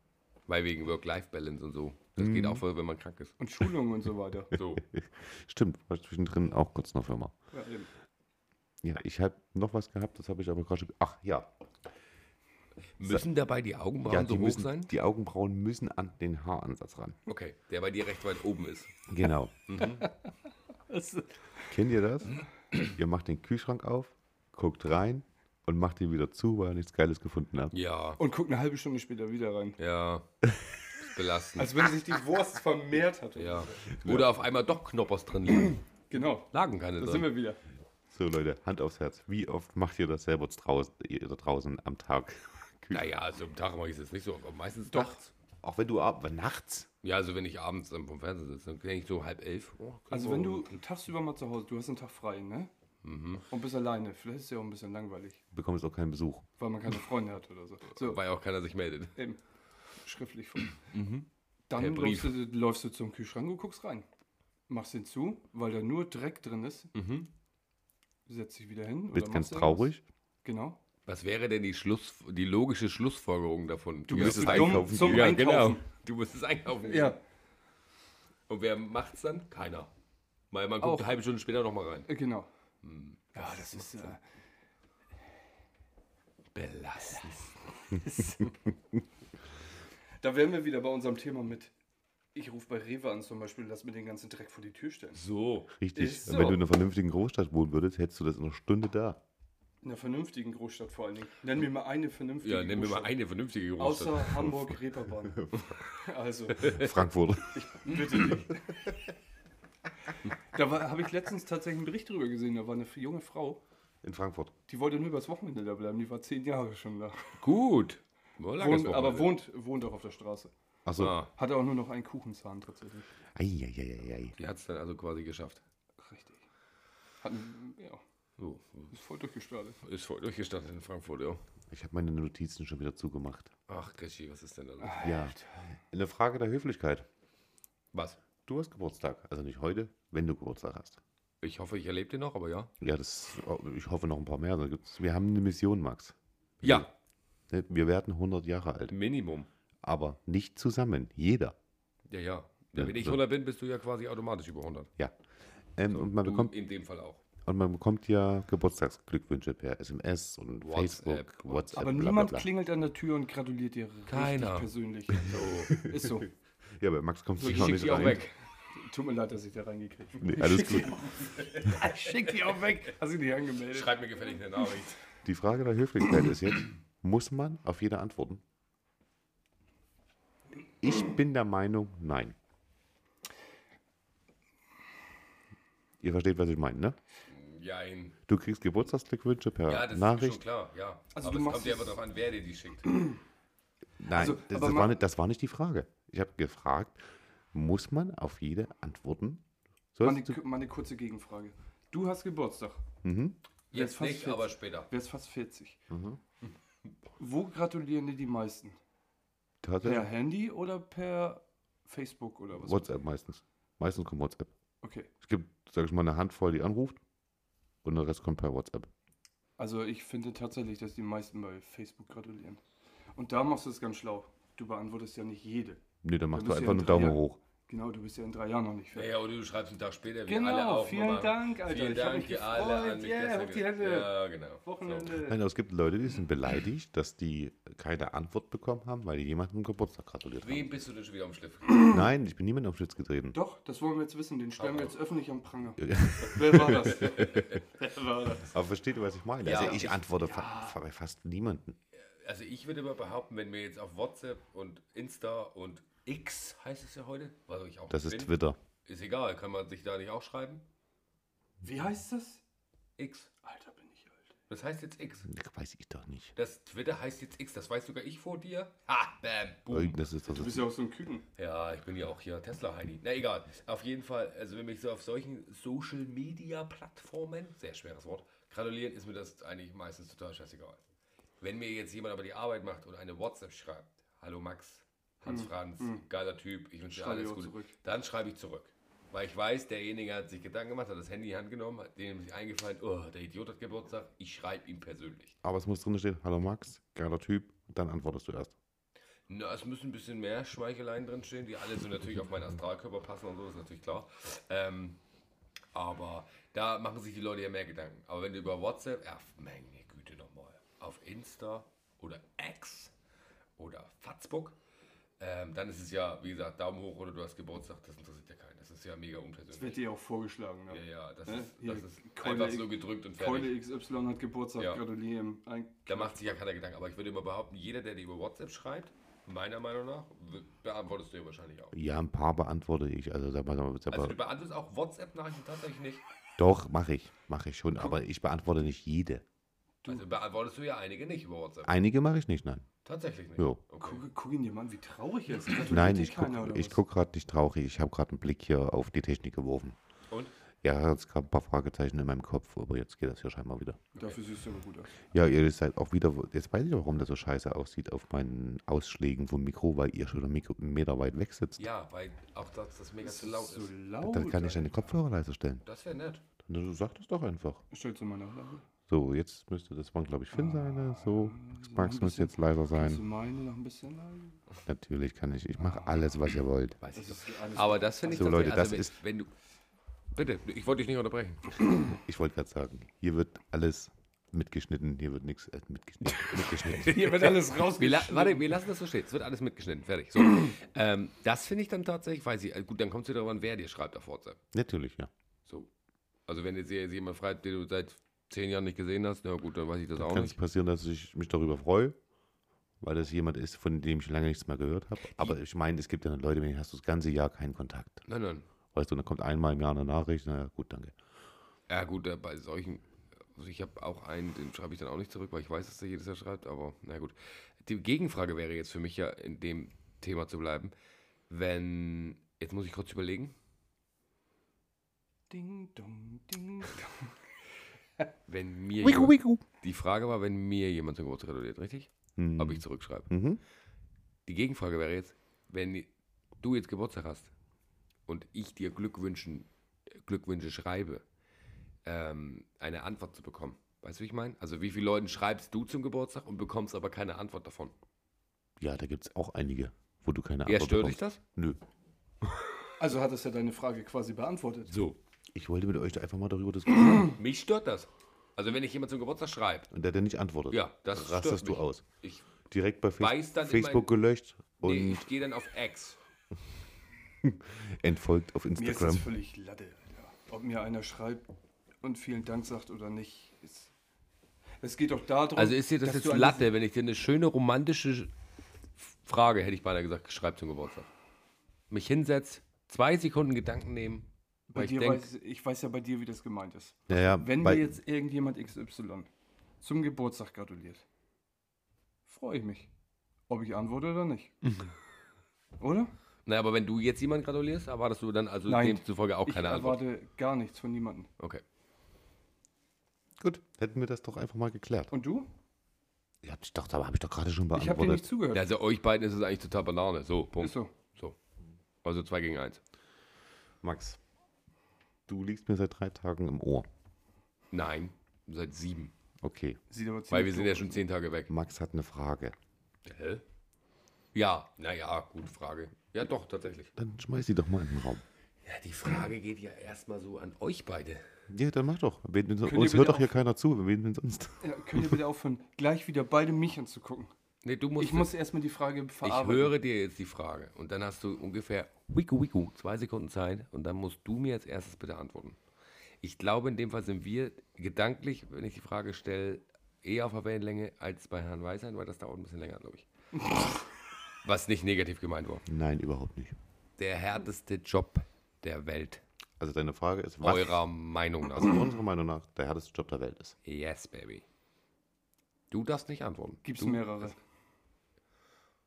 S1: Weil wegen Work-Life-Balance und so. Das geht auch, voll, wenn man krank ist.
S3: Und Schulungen und so weiter.
S1: So.
S2: Stimmt, war zwischendrin auch kurz in der Firma.
S3: Ja, eben.
S2: Ja, ich habe noch was gehabt, das habe ich aber gerade schon. Ach ja,
S1: Müssen dabei die Augenbrauen
S2: ja
S1: so
S2: die,
S1: hoch
S2: müssen,
S1: sein?
S2: die Augenbrauen müssen an den Haaransatz ran.
S1: Okay, der bei dir recht weit oben ist.
S2: Genau.
S3: Das,
S2: Kennt ihr das? Ihr macht den Kühlschrank auf, guckt rein und macht ihn wieder zu, weil ihr nichts Geiles gefunden habt.
S1: Ja,
S3: und guck eine halbe Stunde später wieder rein.
S1: ja. Ist belastend.
S3: Als wenn sich die Wurst vermehrt hat.
S1: ja. Oder auf einmal doch Knoppers drin liegen.
S3: Genau.
S1: Lagen keine
S3: Da
S1: drin.
S3: sind wir wieder.
S2: So Leute, Hand aufs Herz. Wie oft macht ihr das selber draußen, ihr da draußen am Tag?
S1: Naja, also am Tag mache ich es jetzt nicht so, aber meistens
S2: Doch.
S1: nachts.
S2: Auch wenn du ab, nachts?
S1: Ja, also wenn ich abends dann vom Fernseher sitze, dann denke ich so halb elf. Oh, okay,
S3: Also wenn du
S1: morgen.
S3: tagsüber mal zu Hause, du hast einen Tag frei, ne? Und bist alleine. Vielleicht ist es ja auch ein bisschen langweilig,
S2: Bekommst auch keinen Besuch.
S3: weil man keine Freunde hat oder so. So,
S1: Weil auch keiner sich meldet.
S3: eben. Schriftlich vor. Dann
S1: Per
S3: läufst du, läufst du zum Kühlschrank und guckst rein. Machst ihn zu, weil da nur Dreck drin ist. Setzt dich wieder hin.
S2: Bist
S3: oder
S2: ganz
S3: machst irgendwas.
S2: traurig.
S3: Genau.
S1: Was wäre denn die, Schluss, die logische Schlussfolgerung davon? Du
S2: bist
S1: musst
S2: dumm einkaufen
S3: zum
S2: gehen.
S1: Ja, genau.
S3: Einkaufen.
S1: Du musst es einkaufen. gehen.
S3: Ja,
S1: Und wer macht's dann? Keiner. Weil man guckt
S3: Auch.
S1: eine halbe Stunde später nochmal rein.
S3: äh, genau. Ja, das ist... Äh,
S1: Belastend.
S3: da wären wir wieder bei unserem Thema mit... Ich rufe bei Rewe an zum Beispiel, lass mir den ganzen Dreck vor die Tür stellen.
S1: So.
S2: Richtig.
S3: Ist so.
S2: Wenn du in einer vernünftigen Großstadt wohnen würdest, hättest du das in einer Stunde da.
S3: In einer vernünftigen Großstadt vor allen Dingen. Nenn mir mal eine vernünftige
S1: Ja, nehmen wir mal
S3: Großstadt.
S1: eine vernünftige Großstadt.
S3: Außer Hamburg-Reeperbahn. Also,
S2: Frankfurt.
S3: bitte nicht. Da habe ich letztens tatsächlich einen Bericht drüber gesehen. Da war eine junge Frau,
S2: In Frankfurt.
S3: die wollte nur übers Wochenende da bleiben. Die war zehn Jahre schon da.
S1: Gut. War ein langes
S3: Wohnt, aber
S1: Wochenende.
S3: wohnt, wohnt auch auf der Straße.
S2: Achso.
S1: Ah,
S3: Hatte auch nur noch einen Kuchenzahn tatsächlich.
S2: Eieieiei.
S1: die hat es dann also quasi geschafft.
S3: Richtig. Hat, ja.
S1: So,
S3: Ist voll durchgestartet.
S1: ist voll durchgestartet in Frankfurt, ja.
S2: Ich habe meine Notizen schon wieder zugemacht.
S1: Ach, Krischi, was ist denn da los?
S3: Ah.
S2: Ja. Eine Frage der Höflichkeit.
S1: Was?
S2: Du hast Geburtstag. Also nicht heute, wenn du Geburtstag hast.
S1: Ich hoffe, ich erlebe den noch, aber ja.
S2: Ja, das, ich hoffe noch ein paar mehr. Da gibt's- Wir haben eine Mission, Max.
S1: Ja,
S2: Ne, Wir werden 100 Jahre alt.
S1: Minimum.
S2: Aber nicht zusammen. Jeder.
S1: Ja, ja. Ja, Wenn
S2: Ja,
S1: ich
S2: so.
S1: 100 bin, bist du ja quasi automatisch über 100.
S2: Ja. Ähm, und, man
S1: Du
S2: bekommt,
S1: in dem Fall auch.
S2: und man bekommt ja Geburtstagsglückwünsche per SMS und
S1: WhatsApp,
S2: Facebook, WhatsApp.
S3: Aber
S2: bla,
S3: niemand
S2: bla, bla.
S3: klingelt an der Tür und gratuliert dir
S1: Keiner.
S3: richtig persönlich. Ist so.
S2: Ja, aber Max kommt
S1: So, ich
S2: sich noch
S1: schick
S2: nicht
S1: die auch
S2: rein.
S1: weg.
S3: Tut mir leid, dass ich da reingekriegt habe.
S2: Nee, alles gut.
S3: Schick die auch weg. Hast du die angemeldet?
S1: Schreib mir gefällig eine Nachricht.
S2: Die Frage der Höflichkeit ist jetzt, muss man auf jede antworten? Ich bin der Meinung, nein. Ihr versteht, was ich meine, ne?
S1: Jein.
S2: Du kriegst Geburtstagsglückwünsche per
S1: Ja, das ist mir schon
S2: Nachricht.
S1: klar, ja.
S3: Also
S1: aber
S3: du
S1: es
S3: machst
S1: kommt ja
S3: es-
S1: immer darauf an, wer dir die schickt.
S2: Nein,
S3: Also,
S2: das,
S3: aber
S2: das,
S3: ma-
S2: war nicht, das war nicht die Frage. Ich habe gefragt, muss man auf jede antworten?
S3: Mal
S2: Sollst
S3: eine,
S2: du,
S3: mal eine kurze Gegenfrage. Du hast Geburtstag.
S2: mhm,
S1: Jetzt
S3: fast
S1: nicht,
S3: fit.
S1: aber später.
S3: Wärst fast 40. Wo gratulieren dir die meisten?
S2: tatsächlich
S3: Per Handy oder per Facebook oder was?
S2: WhatsApp meistens. Meistens kommt WhatsApp.
S3: Okay.
S2: Es gibt, sage ich mal, eine Handvoll, die anruft und der Rest kommt per WhatsApp.
S3: Also ich finde tatsächlich, dass die meisten bei Facebook gratulieren. Und da machst du es ganz schlau. Du beantwortest ja nicht jede.
S2: Nee, dann machst
S3: bist
S2: du
S3: du
S2: einfach
S3: ja
S2: nur
S3: drei
S2: Daumen
S3: Jahre-
S2: hoch.
S3: Genau, du bist ja in drei Jahren noch nicht fertig.
S1: Ja, oder du schreibst einen Tag später, wie
S3: Genau,
S1: alle auch.
S3: vielen
S1: Mama.
S3: Dank, Alter.
S1: Vielen
S3: Ich hab
S1: Dank,
S3: mich
S1: ihr alle
S3: gefreut.
S1: an mich
S3: Yeah,
S1: gestern
S3: hoch die
S1: gesagt.
S3: Hände.
S1: Ja, genau. So.
S3: Wochenende.
S2: Nein, aber es gibt Leute, die sind beleidigt, dass die keine Antwort bekommen haben, weil die jemandem Geburtstag gratuliert haben.
S1: Wem bist du denn schon wieder am Schliff?
S2: Nein, ich bin niemandem auf Schütz getreten.
S3: Doch, das wollen wir jetzt wissen. Den stellen wir
S1: Aber-
S3: jetzt öffentlich am Pranger. Wer war das? Wer war das?
S2: Aber versteht ihr, was ich meine?
S1: Ja.
S2: also ich antworte fa fa bei fast niemanden.
S1: Also ich würde mal behaupten, wenn mir jetzt auf WhatsApp und Insta und X heißt es ja heute, was ich auch
S2: Das ist
S1: bin,
S2: Twitter.
S1: ist egal, kann man sich da nicht auch schreiben?
S3: Wie heißt das?
S1: X.
S3: Alter, bin ich alt.
S1: Das heißt jetzt X.
S2: Das weiß ich doch nicht.
S1: Das Twitter heißt jetzt X, das weiß sogar ich vor dir. Ha, bam, boom.
S2: Irgendwas ist das.
S3: Du bist ja auch so ein Küken.
S1: Ja, ich bin ja auch hier Tesla-Heini. Na egal, auf jeden Fall, also wenn mich so auf solchen Social-Media-Plattformen, sehr schweres Wort, gratulieren, ist mir das eigentlich meistens total scheißegal. Wenn mir jetzt jemand aber die Arbeit macht und eine WhatsApp schreibt, hallo Max, Hans Franz, geiler Typ, ich wünsche dir
S3: Mm, Schreibe ich
S1: alles
S3: auch
S1: Gute,
S3: zurück.
S1: dann schreibe ich zurück. Weil ich weiß, derjenige hat sich Gedanken gemacht, hat das Handy in die Hand genommen, hat dem ist eingefallen, oh, der Idiot hat Geburtstag, ich schreibe ihm persönlich.
S2: aber es muss drin stehen, hallo Max, geiler Typ, dann antwortest du erst.
S1: Na, es müssen ein bisschen mehr Schmeicheleien drinstehen, die alle so natürlich auf meinen Astralkörper passen und so, ist natürlich klar. Ähm, aber da machen sich die Leute ja mehr Gedanken. Aber wenn du über WhatsApp, ja, meine Güte nochmal, auf Insta oder X oder Facebook, ähm, dann ist es ja, wie gesagt, Daumen hoch oder du hast Geburtstag, das interessiert ja keinen. Das ist ja mega
S3: Das wird
S1: unpersönlich.
S3: dir auch vorgeschlagen. Ne?
S1: Ja, ja, das
S3: Ne?
S1: ist,
S3: Hier,
S1: das ist
S3: Keule
S1: einfach
S3: X-
S1: so gedrückt und fertig.
S3: Keule XY hat Geburtstag,
S1: Ja.
S3: gratulieren. Ein-
S1: Da macht sich ja keiner Gedanken. Aber ich würde immer behaupten, jeder, der dir über WhatsApp schreibt, meiner Meinung nach, w- beantwortest du ja wahrscheinlich auch.
S2: Ja, ein paar beantworte ich. Also, sag mal, sag mal, sag mal,
S1: Also du beantwortest auch WhatsApp-Nachrichten tatsächlich nicht.
S2: doch, mache ich. Mache ich schon, aber ich beantworte nicht jede.
S1: Also beantwortest du ja einige nicht über WhatsApp.
S2: Einige mache ich nicht, nein.
S1: Tatsächlich nicht.
S2: Jo.
S1: Okay.
S3: Guck, guck ihn dir mal an, wie traurig er ist. Gratuliert
S2: Nein,
S3: dir
S2: ich
S3: keiner,
S2: gucke
S3: oder
S2: ich
S3: was?
S2: guck gerade nicht traurig. Ich habe gerade einen Blick hier auf die Technik geworfen.
S1: Und?
S2: Ja, es gab ein paar Fragezeichen in meinem Kopf, aber jetzt geht das hier scheinbar wieder.
S3: Dafür siehst du aber gut aus.
S2: Ja, ihr seid auch wieder. Jetzt weiß ich auch, warum das so scheiße aussieht auf meinen Ausschlägen vom Mikro, weil ihr schon einen Mikro, einen Meter weit weg sitzt.
S1: Ja, weil auch das, das mega zu laut
S3: so
S1: ist.
S3: laut.
S2: Dann kann ich
S3: Alter.
S2: deine Kopfhörer leiser stellen.
S1: Das wäre nett.
S2: Du sagst es doch einfach.
S3: Stellst du mal nach. Laura?
S2: So, jetzt müsste das waren, glaube ich, Finn seine. So, Max muss jetzt leiser
S3: Kannst du
S2: sein.
S3: meine noch ein bisschen leiser?
S2: Natürlich kann ich. Ich mache alles, was ihr wollt.
S1: Weiß ich
S3: ist
S1: doch.
S3: alles-
S1: Aber das finde ich
S2: So,
S1: tatsächlich-
S2: Leute, das
S1: wenn,
S2: ist-
S1: wenn du. Bitte, ich wollte dich nicht unterbrechen.
S2: Ich wollte gerade sagen, hier wird alles mitgeschnitten. Hier wird nichts äh, mitgeschnitten. mitgeschnitten.
S3: Hier wird alles
S1: Wir la
S3: rausgeschnitten.
S1: warte, wir lassen das so stehen. Es wird alles mitgeschnitten. Fertig. So. ähm, das finde ich dann tatsächlich, weiß ich, äh, gut, dann kommt es wieder darauf an, wer dir schreibt auf WhatsApp.
S2: Natürlich, ja.
S1: So. Also wenn jetzt hier jemand schreibt, den du seit zehn Jahren nicht gesehen hast, na gut, dann weiß ich das auch
S2: Kann es
S1: nicht.
S2: passieren, dass ich mich darüber freue, weil das jemand ist, von dem ich lange nichts mehr gehört habe. Aber ich meine, es gibt ja Leute, mit denen hast du das ganze Jahr keinen Kontakt.
S1: Nein, nein.
S2: Weißt du, dann kommt einmal im Jahr eine Nachricht, naja, gut, danke.
S1: Ja gut, äh, bei solchen, also ich habe auch einen, den schreibe ich dann auch nicht zurück, weil ich weiß, dass der jedes Jahr schreibt, aber na gut. Die Gegenfrage wäre jetzt für mich ja, in dem Thema zu bleiben, wenn, jetzt muss ich kurz überlegen,
S3: Ding, dong, ding, dong.
S1: Wenn mir
S2: Wiku,
S1: jemand,
S2: wiku.
S1: die Frage war, wenn mir jemand zum Geburtstag gratuliert, richtig?
S2: Mhm.
S1: Ob ich zurückschreibe.
S2: Mhm.
S1: Die Gegenfrage wäre jetzt, wenn du jetzt Geburtstag hast und ich dir Glückwünschen, Glückwünsche schreibe, ähm, eine Antwort zu bekommen. Weißt du, wie ich meine? Also wie viele Leuten schreibst du zum Geburtstag und bekommst aber keine Antwort davon?
S2: Ja, da gibt es auch einige, wo du keine
S1: Ja,
S2: Antwort
S1: stört dich
S2: bekommst.
S1: das?
S2: Nö.
S3: Also hat es ja deine Frage quasi beantwortet.
S1: So.
S2: Ich wollte mit euch da einfach mal darüber diskutieren.
S1: Mich stört das. Also wenn ich jemand zum Geburtstag schreibe,
S2: Und der, der nicht antwortet,
S1: Ja, das
S2: rastest
S1: stört
S2: du
S1: mich.
S2: aus.
S1: ich,
S2: Direkt bei
S1: Weiß
S2: Face
S1: dann
S2: Facebook gelöscht und
S1: nee, ich gehe dann auf X.
S2: entfolgt auf
S3: Mir ist das
S2: Instagram.
S3: völlig Latte. Alter. Ob mir einer schreibt und vielen Dank sagt oder nicht. Ist, es geht doch darum,
S1: Also ist dir das
S3: dass
S1: jetzt
S3: du an
S1: Latte, wenn ich dir eine schöne romantische Frage, hätte ich beinahe gesagt, schreib zum Geburtstag. Mich hinsetzt, zwei Sekunden Gedanken nehmen,
S3: Bei
S1: weil ich
S3: dir
S1: denke,
S3: weiß, ich weiß ja bei dir, wie das gemeint ist.
S2: Naja,
S3: Wenn
S2: bei,
S3: mir jetzt irgendjemand XY zum Geburtstag gratuliert, freue ich mich, ob ich antworte oder nicht. oder?
S1: Na, aber wenn du jetzt jemand gratulierst, erwartest du dann also
S3: Nein.
S1: demzufolge auch
S3: ich
S1: keine Antwort.
S3: erwarte gar nichts von niemandem.
S1: Okay.
S2: Gut, hätten wir das doch einfach mal geklärt.
S3: Und du?
S2: Ja, ich dachte, aber habe ich doch gerade schon
S3: Ich habe dir
S2: beantwortet.
S3: nicht zugehört.
S1: Ja, also euch beiden ist es eigentlich total Banane. So, Punkt.
S3: ist so.
S1: So. Also zwei gegen eins.
S2: Max, du liegst mir seit drei Tagen im Ohr.
S1: Nein, seit sieben.
S2: Okay,
S3: Sieht aber
S1: Weil
S3: ziemlich
S1: wir sind ja
S3: doof
S1: schon zehn Tage weg.
S2: Max hat eine Frage.
S1: Hä? Ja, naja, gute Frage. Ja, doch, tatsächlich.
S2: Dann schmeiß sie doch mal in den Raum.
S1: Ja, die Frage geht ja erstmal so an euch beide.
S2: Ja, dann mach doch. Wen, denn so-
S3: Könnt ihr
S2: uns
S3: bitte
S2: hört doch hier
S3: auf-
S2: keiner zu. Wen denn sonst?
S3: aus. Ja, könnt ihr bitte aufhören, gleich wieder beide mich anzugucken?
S1: Nee, du musst.
S3: Ich muss erstmal die Frage
S1: ich
S3: verarbeiten.
S1: höre dir jetzt die Frage und dann hast du ungefähr wiku wiku zwei Sekunden Zeit und dann musst du mir als erstes bitte antworten. Ich glaube, in dem Fall sind wir gedanklich, wenn ich die Frage stelle, eher auf der Wellenlänge als bei Herrn Weisheit, weil das dauert ein bisschen länger, glaube ich. Was nicht negativ gemeint war.
S2: Nein, überhaupt nicht.
S1: Der härteste Job der Welt.
S2: Also deine Frage ist, was
S1: Eurer Meinung nach.
S2: unserer Meinung nach der härteste Job der Welt ist.
S1: Yes, baby. Du darfst nicht antworten.
S3: Gibt es
S1: Du-
S3: mehrere?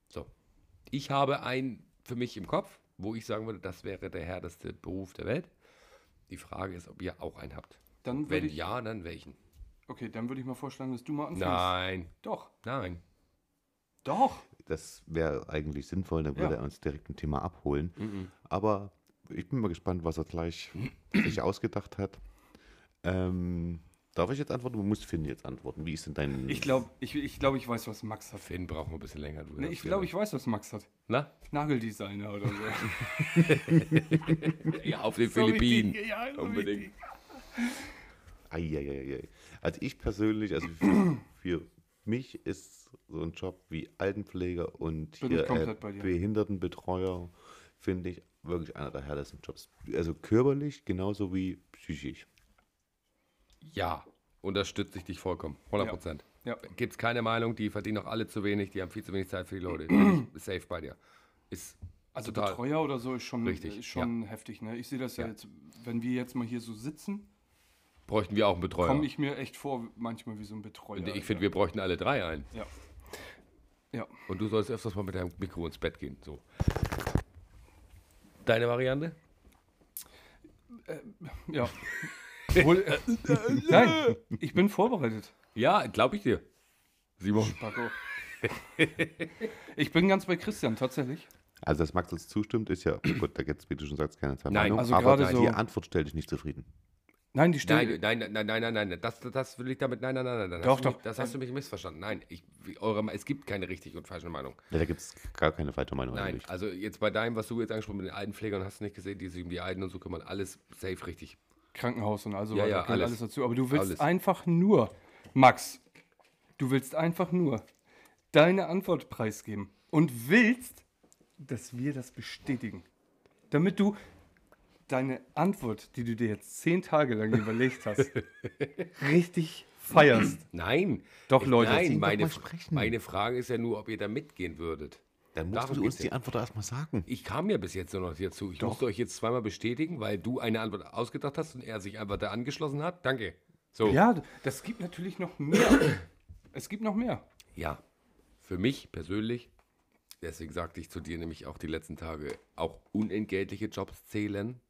S1: So. Ich habe einen für mich im Kopf, wo ich sagen würde, das wäre der härteste Beruf der Welt. Die Frage ist, ob ihr auch einen habt.
S3: Dann
S1: Wenn
S3: würde ich,
S1: ja, dann welchen?
S3: okay, dann würde ich mal vorschlagen, dass du mal anfängst.
S1: Nein,
S3: Doch,
S1: nein.
S3: doch.
S2: Das wäre eigentlich sinnvoll, dann würde
S3: Ja.
S2: er
S3: Mhm.
S2: uns direkt ein Thema abholen. Aber ich bin mal gespannt, was er gleich sich ausgedacht hat. Ähm, darf ich jetzt antworten? Du musst Finn jetzt antworten. Wie ist denn dein.
S3: Ich glaube, ich, ich, glaub, ich weiß, was Max hat.
S1: Finn brauchen wir ein bisschen länger. Du
S3: Nee,
S1: hast
S3: ich
S1: ja-
S3: glaube, ich weiß, was Max hat.
S1: Na?
S3: Nageldesigner oder so.
S1: Ja, auf den Philippinen. Oh. Unbedingt.
S2: Eieieiei. Also ich persönlich, also für mich ist so ein Job wie Altenpfleger und
S3: Bin
S2: hier äh,
S3: ich komplett bei dir.
S2: Behindertenbetreuer, finde ich wirklich einer der härtesten Jobs. Also körperlich genauso wie psychisch.
S1: Ja, unterstütze ich dich vollkommen. 100 Prozent.
S3: Ja.
S1: Gibt es keine Meinung, die verdienen auch alle zu wenig, die haben viel zu wenig Zeit für die Leute. Bin ich safe bei dir. Ist
S3: Also
S1: total.
S3: Betreuer oder so ist schon,
S1: Richtig,
S3: ist schon heftig. Ne? Ich sehe das ja. jetzt, wenn wir jetzt mal hier so sitzen,
S1: Bräuchten wir auch einen Betreuer.
S3: komme ich mir echt vor manchmal wie so ein Betreuer.
S1: Und ich
S3: Alter.
S1: finde, wir bräuchten alle drei einen.
S3: Ja. Ja.
S1: Und du sollst öfters mal mit deinem Mikro ins Bett gehen. So. Deine Variante?
S3: ja. Wohl, äh, nein, ich bin vorbereitet.
S1: Ja, glaube ich dir. Simon.
S3: Paco. Ich bin ganz bei Christian, tatsächlich.
S2: Also, dass Max uns zustimmt, ist ja, gut, da gibt es, wie du schon sagst, keine zwei
S1: Nein,
S2: Meinungen.
S3: also
S2: aber
S3: gerade
S2: die
S3: so-
S2: Antwort stellt dich nicht zufrieden.
S3: Nein, die Stelle.
S1: Nein, nein, nein, nein, nein, nein, nein. Das, das will ich damit. Nein, nein, nein, nein. nein.
S3: Doch,
S1: Hast du
S3: doch.
S1: Mich, das hast du mich missverstanden. Nein, ich, wie- eure, es gibt keine richtig und falsche Meinung.
S2: Ja, da gibt es gar keine weitere Meinung
S1: Nein,
S2: eigentlich.
S1: also jetzt bei deinem, was du jetzt angesprochen mit den Altenpflegern, hast du nicht gesehen, die sich um die Alten und so kümmern, alles safe richtig.
S3: Krankenhaus und also
S1: Ja, ja,
S3: gehört
S1: alles.
S3: alles. dazu. Aber du willst
S1: Alles.
S3: einfach nur, Max, du willst einfach nur deine Antwort preisgeben und willst, dass wir das bestätigen. Damit du deine Antwort, die du dir jetzt zehn Tage lang überlegt hast, richtig feierst.
S1: Nein.
S3: Doch, Leute,
S2: lass
S1: Nein,
S2: ihn doch
S1: meine,
S2: mal sprechen.
S1: meine Frage ist ja nur, ob ihr da mitgehen würdet.
S2: Dann musst
S1: Darum
S2: du
S1: geht's
S2: uns die Antwort erstmal sagen.
S1: Ich kam ja bis jetzt nur noch hierzu. Ich musste euch jetzt zweimal bestätigen, weil du eine Antwort ausgedacht hast und er sich einfach da angeschlossen hat. Danke. So.
S3: Ja, das gibt natürlich noch mehr. Es gibt noch mehr.
S1: Ja. Für mich persönlich, deswegen sagte ich zu dir nämlich auch die letzten Tage, auch unentgeltliche Jobs zählen,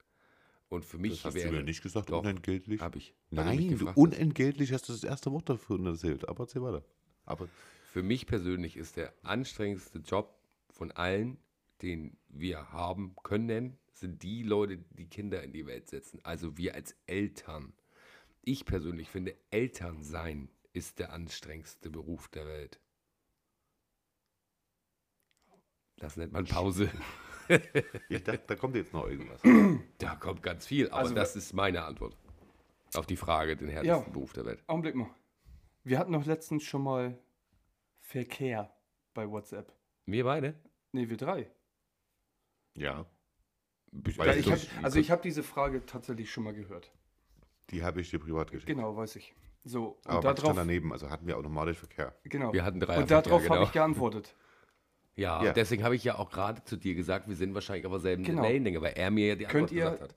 S1: Und für mich
S2: Das hast
S1: wäre.
S2: du mir nicht gesagt,
S1: Doch,
S2: unentgeltlich.
S1: Hab ich. Weil du mich
S2: Nein, du
S1: gefragt hast.
S2: unentgeltlich hast du das erste Wort dafür erzählt. Aber erzähl weiter. Aber
S1: Für mich persönlich ist der anstrengendste Job von allen, den wir haben können, sind die Leute, die Kinder in die Welt setzen. Also wir als Eltern. Ich persönlich finde, Eltern sein ist der anstrengendste Beruf der Welt. Das nennt man Pause.
S2: ich dachte, da kommt jetzt noch irgendwas.
S1: Da kommt ganz viel, aber
S3: Also-
S1: das ist meine Antwort auf die Frage, den härtesten
S3: Ja.
S1: Beruf der Welt.
S3: Augenblick mal. Wir hatten noch letztens schon mal Verkehr bei WhatsApp.
S1: Wir beide?
S3: Nee, wir drei.
S2: Ja,
S3: Ja,
S2: Weißt
S3: ich
S2: du,
S3: hab, also ich habe diese Frage tatsächlich schon mal gehört.
S2: die habe ich dir privat geschickt.
S3: Genau, weiß ich. So, und
S2: Aber Max stand
S3: darauf,
S2: daneben, also hatten wir auch normalisch Verkehr.
S3: genau.
S1: Wir hatten drei
S3: und darauf
S1: Verkehr,
S3: habe
S1: genau.
S3: ich geantwortet.
S1: Ja,
S2: Ja.
S1: deswegen habe ich ja auch gerade zu dir gesagt, wir sind wahrscheinlich auf derselben
S3: Genau.
S1: Wellenlänge, weil er mir ja die Antwort
S3: Könnt ihr-
S1: gesagt hat.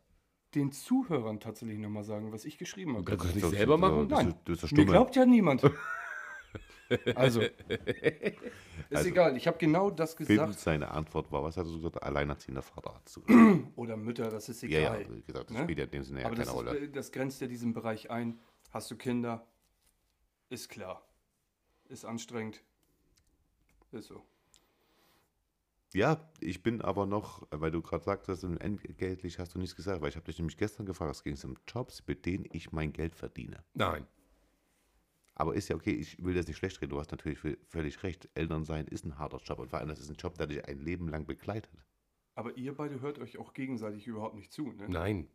S3: Den Zuhörern tatsächlich nochmal sagen, was ich geschrieben habe.
S1: kannst es nicht
S2: Das-
S1: selber
S2: das-
S1: machen?
S2: das-
S3: Nein.
S2: Das ist der
S3: Mir
S2: Oh Stumme.
S3: glaubt ja niemand. Also, ist
S2: Also-
S3: egal. Ich habe genau das
S2: Film,
S3: gesagt.
S2: seine Antwort war, was hast du gesagt? Alleinerziehender Vater hat zu.
S3: Oder Mütter, das ist
S2: ja, ja,
S3: egal.
S2: wie gesagt, das
S3: Ne?
S2: spielt ja in dem Sinne ja
S3: Aber
S2: keine
S3: das,
S2: Rolle.
S3: ist, äh, das grenzt ja diesen Bereich ein. Hast du Kinder? Ist klar. Ist anstrengend. Ist so.
S2: Ja, ich bin aber noch, weil du gerade sagtest, im entgeltlich hast du nichts gesagt, weil ich habe dich nämlich gestern gefragt, es ging um Jobs, mit denen ich mein Geld verdiene.
S1: Nein.
S2: Aber ist ja okay, ich will das nicht schlecht reden, du hast natürlich v- völlig recht, Eltern sein ist ein harter Job und vor allem das ist ein Job, der dich ein Leben lang begleitet.
S3: Aber ihr beide hört euch auch gegenseitig überhaupt nicht zu, ne?
S1: Nein,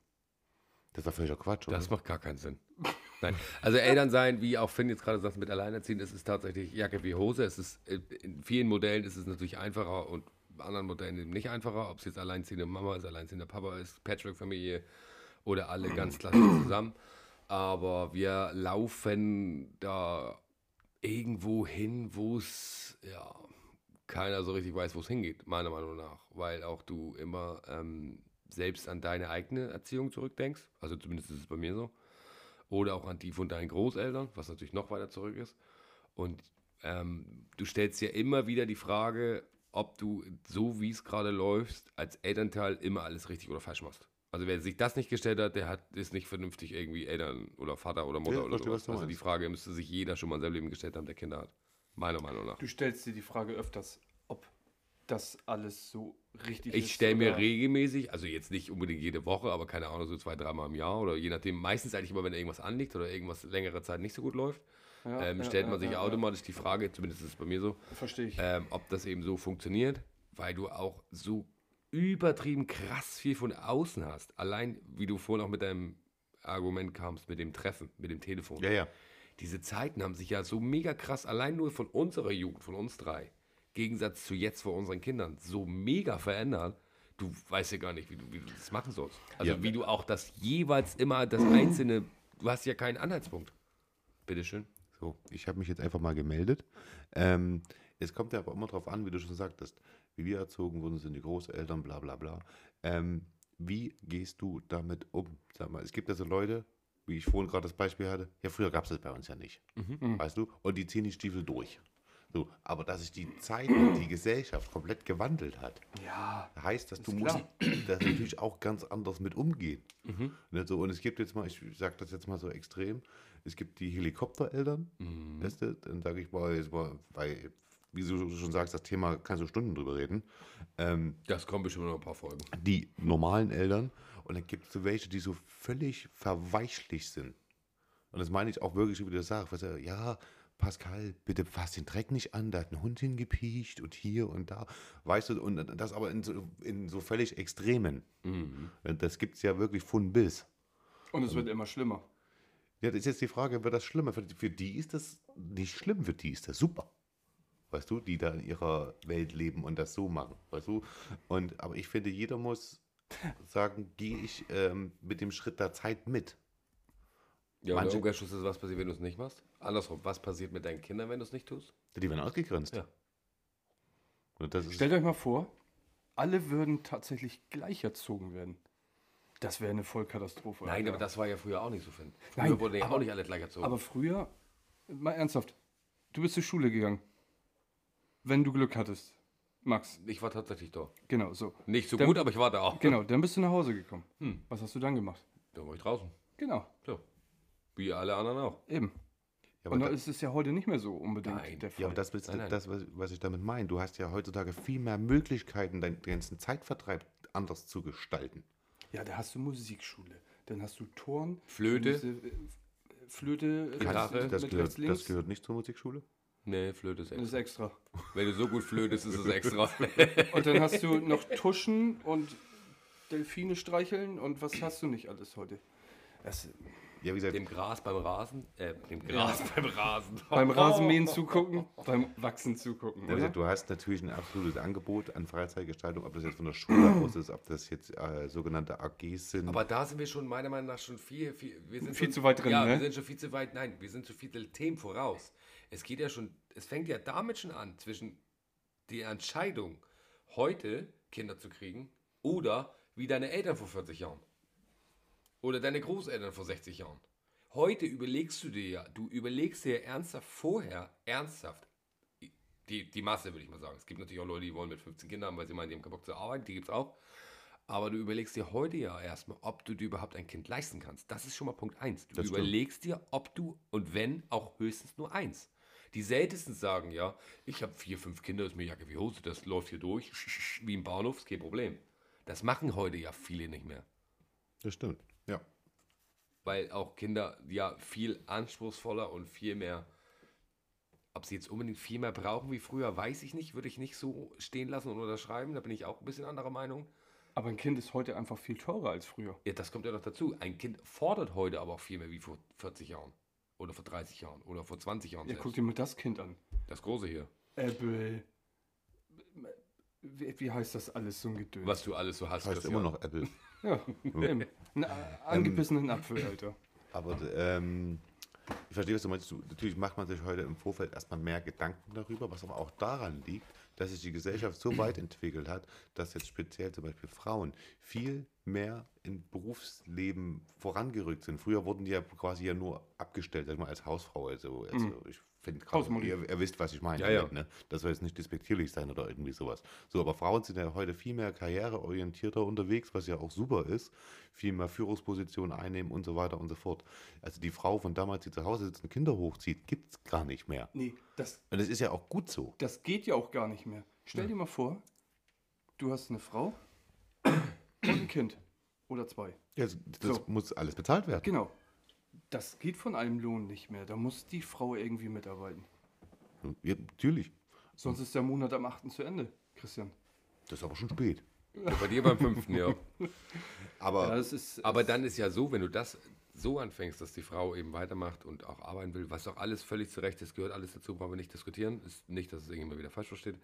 S2: Das war völliger Quatsch, oder?
S1: das macht gar keinen Sinn. Nein. Also Eltern sein, wie auch Finn jetzt gerade sagt, mit Alleinerziehen, es ist tatsächlich Jacke wie Hose. Es ist, äh, in vielen Modellen ist es natürlich einfacher und bei anderen Modellen eben nicht einfacher, ob es jetzt alleinziehende Mama ist, alleinziehender Papa ist, Patchwork-Familie oder alle ganz klassisch zusammen. Aber wir laufen da irgendwo hin, wo es, ja, keiner so richtig weiß, wo es hingeht, meiner Meinung nach. Weil auch du immer ähm, selbst an deine eigene Erziehung zurückdenkst. Also zumindest ist es bei mir so. Oder auch an die von deinen Großeltern, was natürlich noch weiter zurück ist. Und ähm, du stellst ja immer wieder die Frage, ob du so wie es gerade läuft, als Elternteil immer alles richtig oder falsch machst. Also wer sich das nicht gestellt hat, der hat, ist nicht vernünftig irgendwie Eltern oder Vater oder Mutter
S2: Ja, ich
S1: oder
S2: verstehe,
S1: sowas.
S2: was du
S1: Also die
S2: meinst.
S1: Frage müsste sich jeder schon mal in seinem Leben gestellt haben, der Kinder hat. Meiner Meinung nach.
S3: Du stellst dir die Frage öfters, ob das alles so richtig ist.
S1: Ich stelle mir
S3: oder-
S1: regelmäßig, also jetzt nicht unbedingt jede Woche, aber keine Ahnung, so zwei, dreimal im Jahr oder je nachdem, meistens eigentlich immer, wenn irgendwas anliegt oder irgendwas längere Zeit nicht so gut läuft,
S3: Ja,
S1: ähm,
S3: ja,
S1: stellt
S3: ja,
S1: man sich
S3: ja,
S1: automatisch die Frage, zumindest ist es bei mir so,
S3: Ja. Verstehe ich.
S1: ähm, ob das eben so funktioniert, weil du auch so übertrieben krass viel von außen hast. Allein, wie du vorhin auch mit deinem Argument kamst, mit dem Treffen, mit dem Telefon.
S2: ja, ja.
S1: Diese Zeiten haben sich ja so mega krass, allein nur von unserer Jugend, von uns drei, im Gegensatz zu jetzt von unseren Kindern, so mega verändert. Du weißt ja gar nicht, wie du, wie du das machen sollst. Also
S2: Ja.
S1: wie du auch das jeweils immer das einzelne, du hast ja keinen Anhaltspunkt. Bitteschön.
S2: So, ich habe mich jetzt einfach mal gemeldet. Ähm, es kommt ja aber immer darauf an, wie du schon sagtest, wie wir erzogen wurden, sind die Großeltern, bla bla bla. Ähm, wie gehst du damit um? Sag mal, es gibt ja so Leute, wie ich vorhin gerade das Beispiel hatte, ja, früher gab es das bei uns ja nicht. Weißt du? Und die ziehen die Stiefel durch. So, aber dass sich die Zeit, die Gesellschaft komplett gewandelt hat,
S3: ja.
S2: heißt, dass du
S3: Ist
S2: musst
S3: klar. Mhm.
S2: das natürlich auch ganz anders mit umgehen. Ne, so, und es gibt jetzt mal, ich sage das jetzt mal so extrem, es gibt die Helikoptereltern,
S3: Mhm.
S2: weißt du, dann sage ich mal, jetzt mal, weil, wie du schon sagst, das Thema kannst du Stunden drüber reden, ähm,
S1: Das kommt bestimmt noch ein paar Folgen.
S2: die normalen Eltern und dann gibt es so welche, die so völlig verweichlich sind. Und das meine ich auch wirklich, wie du das sagst, weißt du, ja, Pascal, bitte fass den Dreck nicht an, da hat ein Hund hingepiekt und hier und da, weißt du, und das aber in so, in so völlig Extremen. Das gibt es ja wirklich von bis.
S3: Und
S1: Ähm.
S3: es wird immer schlimmer.
S2: Ja, das ist jetzt die Frage, wird das schlimmer? Für, für die ist das nicht schlimm, für die ist das super. Weißt du, die da in ihrer Welt leben und das so machen, weißt du? Und, aber ich finde, jeder muss sagen, gehe ich ähm, mit dem Schritt der Zeit mit.
S1: Ja, und
S2: Manche-
S1: der Umkehrschluss ist, was passiert, wenn du es nicht machst? Andersrum, was passiert mit deinen Kindern, wenn du es nicht tust?
S2: Die werden ausgegrenzt.
S1: Ja.
S2: Und das ist,
S3: Stellt euch mal vor, alle würden tatsächlich gleich erzogen werden. Das wäre eine Vollkatastrophe.
S1: Nein,
S3: Alter.
S1: aber das war ja früher auch nicht so, Finn. Früher
S3: Nein,
S1: wurden ja
S3: aber-
S1: auch nicht alle gleich erzogen.
S3: Aber früher, mal ernsthaft, du bist zur Schule gegangen. Wenn du Glück hattest. Max,
S1: Ich war tatsächlich da.
S3: genau, so.
S1: Nicht so
S3: Dann-
S1: gut, aber ich war da auch.
S3: Genau, dann bist du nach Hause gekommen.
S1: Hm.
S3: Was hast du dann gemacht?
S1: Da war ich draußen.
S3: Genau,
S1: So. Wie alle anderen auch.
S3: eben.
S2: Ja, aber
S3: Und
S2: da-
S3: es ist ja heute nicht mehr so unbedingt
S1: Nein,
S3: der Fall.
S2: Ja, aber das ist
S1: Nein, nein.
S2: das, was- was ich damit meine. Du hast ja heutzutage viel mehr Möglichkeiten, deinen ganzen Zeitvertreib anders zu gestalten.
S3: Ja, da hast du Musikschule, dann hast du Turn,
S1: Flöte.
S3: dann hast du, äh, Flöte,
S1: Gitarre.
S3: rechts,
S1: Das
S2: Das,
S3: Äh, mit
S2: gehört,
S3: rechts, links.
S2: das gehört nicht zur Musikschule?
S1: Nee, Flöte ist
S3: Das ist
S1: extra.
S3: extra.
S1: Wenn du so gut flötest, ist es extra.
S3: Und dann hast du noch Tuschen und Delfine streicheln und was hast du nicht alles heute? Das,
S2: Ja, wie gesagt,
S1: dem Gras beim Rasen. Äh, dem Gras beim Rasen.
S3: beim Rasenmähen zugucken, beim Wachsen zugucken.
S2: Ja, wie
S3: Oder?
S2: gesagt, Also du hast natürlich ein absolutes Angebot an Freizeitgestaltung, ob das jetzt von der Schule aus ist, ob das jetzt äh, sogenannte AGs sind.
S1: Aber da sind wir schon meiner Meinung nach schon viel, viel, wir sind
S3: Viel
S1: schon,
S3: zu weit drin,
S1: Ja,
S3: ne?
S1: wir sind schon viel zu weit. Nein, wir sind zu viele Themen voraus. Es geht ja schon, es fängt ja damit schon an, zwischen der Entscheidung, heute Kinder zu kriegen oder wie deine Eltern vor 40 Jahren. Oder deine Großeltern vor 60 Jahren. Heute überlegst du dir ja, du überlegst dir ja ernsthaft vorher, ernsthaft, die, die Masse würde ich mal sagen. Es gibt natürlich auch Leute, die wollen mit 15 Kindern haben, weil sie meinen, die haben keinen Bock zu arbeiten, die gibt es auch. Aber du überlegst dir heute ja erstmal, ob du dir überhaupt ein Kind leisten kannst. Das ist schon mal Punkt eins. Du
S2: Das stimmt.
S1: überlegst dir, ob du und wenn auch höchstens nur eins. Die seltensten sagen ja, ich habe vier, fünf Kinder, ist mir Jacke wie Hose, das läuft hier durch, wie im Bahnhof, ist kein Problem. Das machen heute ja viele nicht mehr
S2: Das stimmt. Ja.
S1: weil auch Kinder ja viel anspruchsvoller und viel mehr, ob sie jetzt unbedingt viel mehr brauchen wie früher, weiß ich nicht, würde ich nicht so stehen lassen und unterschreiben, da bin ich auch ein bisschen anderer Meinung.
S3: Aber ein Kind ist heute einfach viel teurer als früher.
S1: Ja, das kommt ja noch dazu. Ein Kind fordert heute aber auch viel mehr wie vor 40 Jahren oder vor 30 Jahren oder vor 20 Jahren.
S3: Ja,
S1: selbst.
S3: guck dir mal das Kind an.
S1: das große hier,
S3: Apple. Wie, wie heißt das alles so ein Gedöns?
S1: was du alles so hast.
S2: Das heißt
S1: Christian.
S2: immer noch Apple.
S3: Ja,
S2: Hm.
S3: eben. Einen
S2: Ähm,
S3: a- angepissenen Apfel, Alter.
S2: Aber ähm, ich verstehe, was du meinst. Du, natürlich macht man sich heute im Vorfeld erstmal mehr Gedanken darüber, was aber auch daran liegt, dass sich die Gesellschaft so weit entwickelt hat, dass jetzt speziell zum Beispiel Frauen viel mehr im Berufsleben vorangerückt sind. Früher wurden die ja quasi ja nur abgestellt, sag ich mal, als Hausfrau. Also, also ich finde gerade,
S3: Hausmutti.
S2: ihr, ihr wisst, was ich meine.
S1: Ja, ja.
S2: damit, Ne? Das soll jetzt nicht despektierlich sein oder irgendwie sowas. So, aber Frauen sind ja heute viel mehr karriereorientierter unterwegs, was ja auch super ist. Viel mehr Führungspositionen einnehmen und so weiter und so fort. Also die Frau von damals, die zu Hause sitzt und Kinder hochzieht, gibt es gar nicht mehr.
S3: Nee, das,
S2: Und das ist ja auch gut so.
S3: das geht ja auch gar nicht mehr. Stell dir mal vor, du hast eine Frau und ein Kind. Oder zwei.
S2: Das, das
S3: So.
S2: muss alles bezahlt werden.
S3: Genau. Das geht von einem Lohn nicht mehr. Da muss die Frau irgendwie mitarbeiten.
S2: Ja, natürlich.
S3: Sonst ist der Monat am 8. zu Ende, Christian.
S2: Das ist aber schon spät.
S1: Ja, bei dir beim fünften, ja.
S2: Aber
S3: Ja, das ist, äh,
S1: Aber
S3: es-
S1: dann ist ja so, wenn du das so anfängst, dass die Frau eben weitermacht und auch arbeiten will, was auch alles völlig zu Recht ist, gehört alles dazu, brauchen wir nicht diskutieren. Ist nicht, dass es irgendjemand wieder falsch versteht.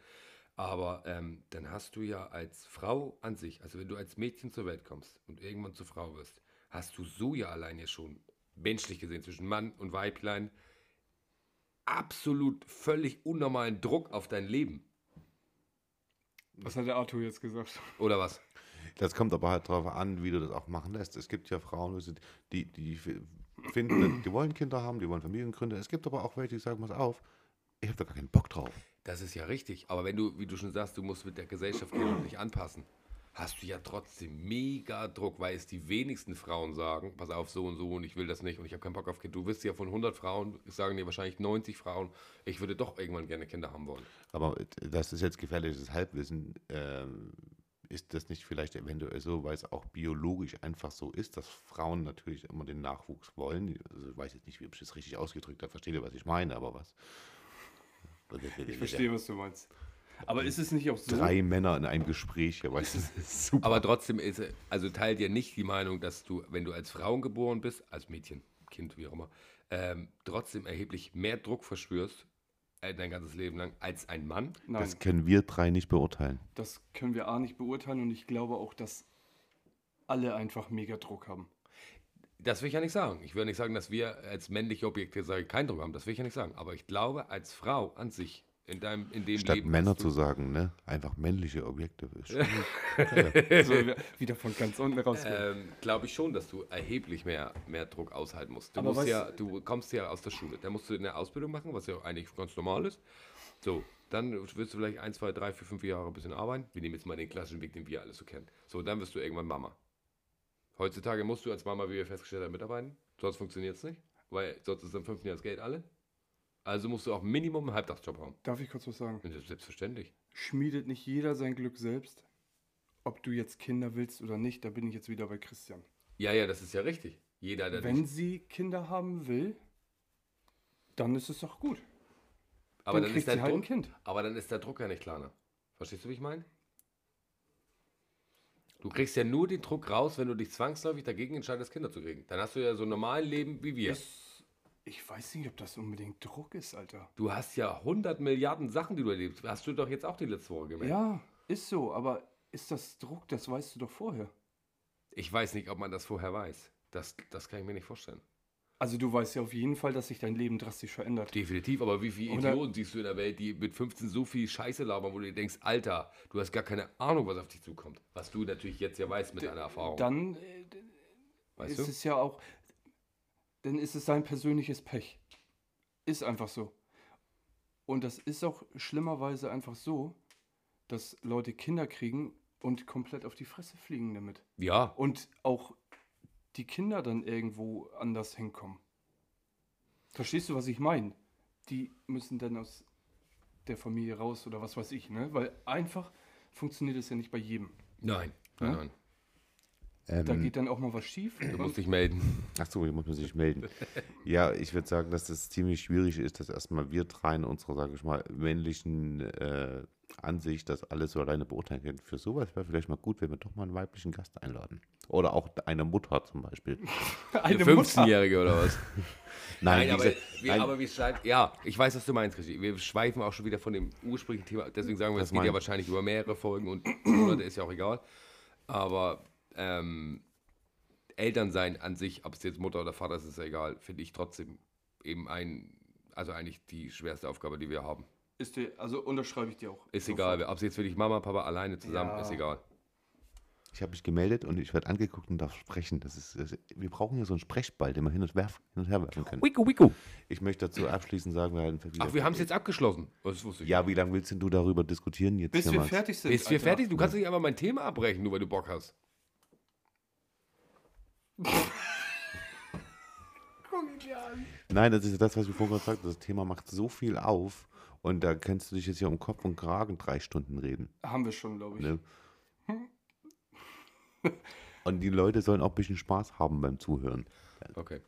S1: Aber ähm, dann hast du ja als Frau an sich, also wenn du als Mädchen zur Welt kommst und irgendwann zur Frau wirst, hast du so ja allein ja schon menschlich gesehen zwischen Mann und Weiblein absolut völlig unnormalen Druck auf dein Leben.
S3: Was hat der Arthur jetzt gesagt?
S1: Oder was?
S2: Das kommt aber halt darauf an, wie du das auch machen lässt. Es gibt ja Frauen, weißt du, die, die f- finden, die wollen Kinder haben, die wollen Familien gründen. Es gibt aber auch welche, die sagen, pass auf, ich habe da gar keinen Bock drauf.
S1: Das ist ja richtig. Aber wenn du, wie du schon sagst, du musst mit der Gesellschaft gehen und dich anpassen, hast du ja trotzdem mega Druck, weil es die wenigsten Frauen sagen, pass auf, so und so und ich will das nicht und ich habe keinen Bock auf Kind. Du wirst ja von 100 Frauen, sagen dir wahrscheinlich 90 Frauen, ich würde doch irgendwann gerne Kinder haben wollen.
S2: Aber das ist jetzt gefährliches Halbwissen. Ähm, ist das nicht vielleicht eventuell so, weil es auch biologisch einfach so ist, dass Frauen natürlich immer den Nachwuchs wollen? Also ich weiß jetzt nicht, wie ich das richtig ausgedrückt habe. Versteht ihr, was ich meine, aber was? Also,
S3: Ich verstehe, was du meinst. Aber ist es nicht auch so?
S2: Drei Männer in einem Gespräch, ja, weißt du, das ist super.
S1: Aber trotzdem ist, äh, also teilt dir nicht die Meinung, dass du, wenn du als Frauen geboren bist, als Mädchen, Kind, wie auch immer, ähm, trotzdem erheblich mehr Druck verspürst äh, dein ganzes Leben lang als ein Mann.
S3: Nein, das,
S2: das können wir drei nicht beurteilen.
S3: können wir A nicht beurteilen und ich glaube auch, dass alle einfach mega Druck haben.
S1: Das will ich ja nicht sagen. Ich will nicht sagen, dass wir als männliche Objekte sage ich, keinen Druck haben. Das will ich ja nicht sagen. Aber ich glaube, als Frau an sich, in, deinem, in dem
S2: Statt
S1: Leben.
S2: Männer
S1: hast du-
S2: zu sagen, ne? Einfach männliche Objekte. Ist schon-
S3: Also wir- wieder von ganz unten rausgehen.
S1: Ähm, glaube ich schon, dass du erheblich mehr, mehr Druck aushalten musst. Du,
S3: Aber
S1: musst
S3: weißt-
S1: ja, du kommst ja aus der Schule. Da musst du eine Ausbildung machen, was ja eigentlich ganz normal ist. So, Dann wirst du vielleicht 1, 2, 3, 4, 5 Jahre ein bisschen arbeiten. Wir nehmen jetzt mal den klassischen Weg, den wir alles so kennen. So, dann wirst du irgendwann Mama. Heutzutage musst du als Mama, wie wir festgestellt haben, mitarbeiten. Sonst funktioniert es nicht. Weil sonst ist im fünften Jahr das Geld alle. Also musst du auch Minimum einen Halbtagsjob haben.
S3: Darf ich kurz was sagen?
S1: Und das ist selbstverständlich.
S3: Schmiedet nicht jeder sein Glück selbst? Ob du jetzt Kinder willst oder nicht, da bin ich jetzt wieder bei Christian.
S1: Ja, ja, das ist ja richtig. Jeder, der
S3: Wenn sie Kinder haben will, dann ist es doch gut.
S1: aber
S3: dann
S1: dann,
S3: kriegt
S1: ist der
S3: sie halt ein
S1: Druck,
S3: Kind.
S1: aber dann ist der Druck ja nicht kleiner. Verstehst du, wie ich meine? Du kriegst ja nur den Druck raus, wenn du dich zwangsläufig dagegen entscheidest, Kinder zu kriegen. Dann hast du ja so ein normales Leben wie wir.
S3: Ist- Ich weiß nicht, ob das unbedingt Druck ist, Alter.
S1: Du hast ja 100 Milliarden Sachen, die du erlebst. Hast du doch jetzt auch die letzte Woche gemerkt.
S3: Ja, ist so, aber ist das Druck, das weißt du doch vorher.
S1: Ich weiß nicht, ob man das vorher weiß. Das, das kann ich mir nicht vorstellen.
S3: Also du weißt ja auf jeden Fall, dass sich dein Leben drastisch verändert.
S1: Definitiv, aber wie viele
S3: Oder-
S1: Idioten siehst du in der Welt, die mit 15 so viel Scheiße labern, wo du dir denkst, Alter, du hast gar keine Ahnung, was auf dich zukommt. Was du natürlich jetzt ja weißt mit deiner Erfahrung.
S3: Dann äh, d-
S1: weißt
S3: ist
S1: du?
S3: es ja auch, dann ist es sein persönliches Pech. Ist einfach so. Und das ist auch schlimmerweise einfach so, dass Leute Kinder kriegen und komplett auf die Fresse fliegen damit.
S1: Ja,
S3: Und auch die Kinder dann irgendwo anders hinkommen. Verstehst du, was ich meine? Die müssen dann aus der Familie raus oder was weiß ich, ne? Weil einfach funktioniert es ja nicht bei jedem.
S1: nein. Nein,
S3: Ja?
S1: nein.
S3: Da
S2: Ähm,
S3: geht dann auch mal was schief.
S1: Du musst dich melden.
S2: Achso, hier muss man sich melden. Ja, ich würde sagen, dass es ziemlich schwierig ist, dass erstmal wir dreien unserer, sage ich mal, männlichen äh, Ansicht das alles so alleine beurteilen können. Für sowas wäre vielleicht mal gut, wenn wir doch mal einen weiblichen Gast einladen. Oder auch eine Mutter zum Beispiel.
S1: Eine 15-Jährige oder was?
S2: Nein, wie
S1: aber,
S2: gesagt,
S1: wir,
S2: nein,
S1: aber wir schreiben, ja, ich weiß, was du meinst, Christi. Wir schweifen auch schon wieder von dem ursprünglichen Thema. Deswegen sagen wir,
S2: Das
S1: es geht
S2: mein-
S1: ja wahrscheinlich über mehrere Folgen und Monate ist ja auch egal. Aber ähm, Elternsein an sich, ob es jetzt Mutter oder Vater ist, ist ja egal, finde ich trotzdem eben ein, also eigentlich die schwerste Aufgabe, die wir haben.
S3: Ist dir, also unterschreibe ich dir auch.
S1: Ist egal, ob es jetzt wirklich Mama, Papa alleine zusammen,
S3: Ja.
S1: ist egal.
S2: ich habe mich gemeldet und ich werde angeguckt und darf sprechen. Das ist, das, wir brauchen hier so einen Sprechball, den wir hin und, werf, hin und her werfen können.
S1: Wiku, wiku.
S2: Ich möchte dazu abschließend sagen, wir halten
S1: Ach, wir haben es jetzt abgeschlossen. Das wusste ich.
S2: Ja, wie lange willst denn du darüber diskutieren jetzt?
S3: Bis wir
S2: nochmals?
S3: fertig sind.
S1: Bist wir
S3: Alter.
S1: fertig? Du kannst nicht einfach mein Thema abbrechen, nur weil du Bock hast.
S2: Nein, das ist ja das, was ich vorhin gesagt habe. Das Thema macht so viel auf und da kannst du dich jetzt hier um Kopf und Kragen drei Stunden reden.
S3: Haben wir schon, glaube ich.
S2: Ne? Und die Leute sollen auch ein bisschen Spaß haben beim Zuhören.
S1: Okay.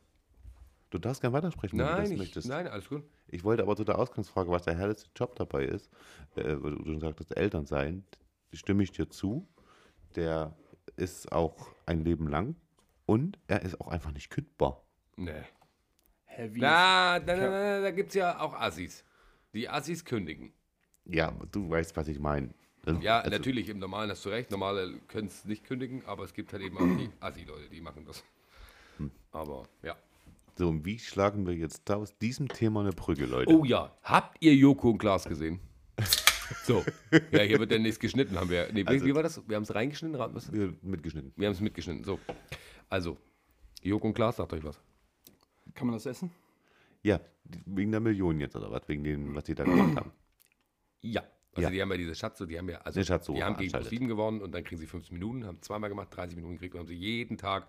S2: Du darfst gerne weitersprechen, wenn du das
S1: Nein, ich,
S2: möchtest.
S1: nein, alles gut.
S2: Ich wollte aber zu der Ausgangsfrage, was der herrlichste Job dabei ist, äh, weil du schon sagtest, Eltern sein, stimme ich dir zu. Der ist auch ein Leben lang und er ist auch einfach nicht kündbar.
S1: Nee.
S3: Heavy.
S1: Na, na, na, na, da gibt es ja auch Assis. Die Assis kündigen.
S2: Ja, du weißt, was ich meine.
S1: Ja,
S2: Also,
S1: natürlich, im Normalen hast du recht. Normale können es nicht kündigen, aber es gibt halt eben auch die Assi-Leute, die machen das.
S2: Hm.
S1: Aber ja.
S2: So, und wie schlagen wir jetzt da aus diesem Thema eine Brücke, Leute?
S1: Oh ja, habt ihr Joko und Glas gesehen? So. Ja, hier wird dann nichts geschnitten, haben wir. Nee, wie-
S2: Also-
S1: wie war das? Wir haben es reingeschnitten, raten wir's?
S2: Wir- Mitgeschnitten.
S1: Wir haben es mitgeschnitten. So. Also, Joko und Glas sagt euch was.
S3: Kann man das essen?
S2: Ja, wegen der Million jetzt oder was? Wegen dem, was die da gemacht haben.
S1: Ja. Also
S2: Ja.
S1: die haben ja diese Schatzsuche, die haben ja, also
S2: Eine Schatzsuche
S1: die haben gegen
S2: veranstaltet.
S1: 7 gewonnen und dann kriegen sie 15 Minuten, haben zweimal gemacht, 30 Minuten gekriegt und haben sie jeden Tag,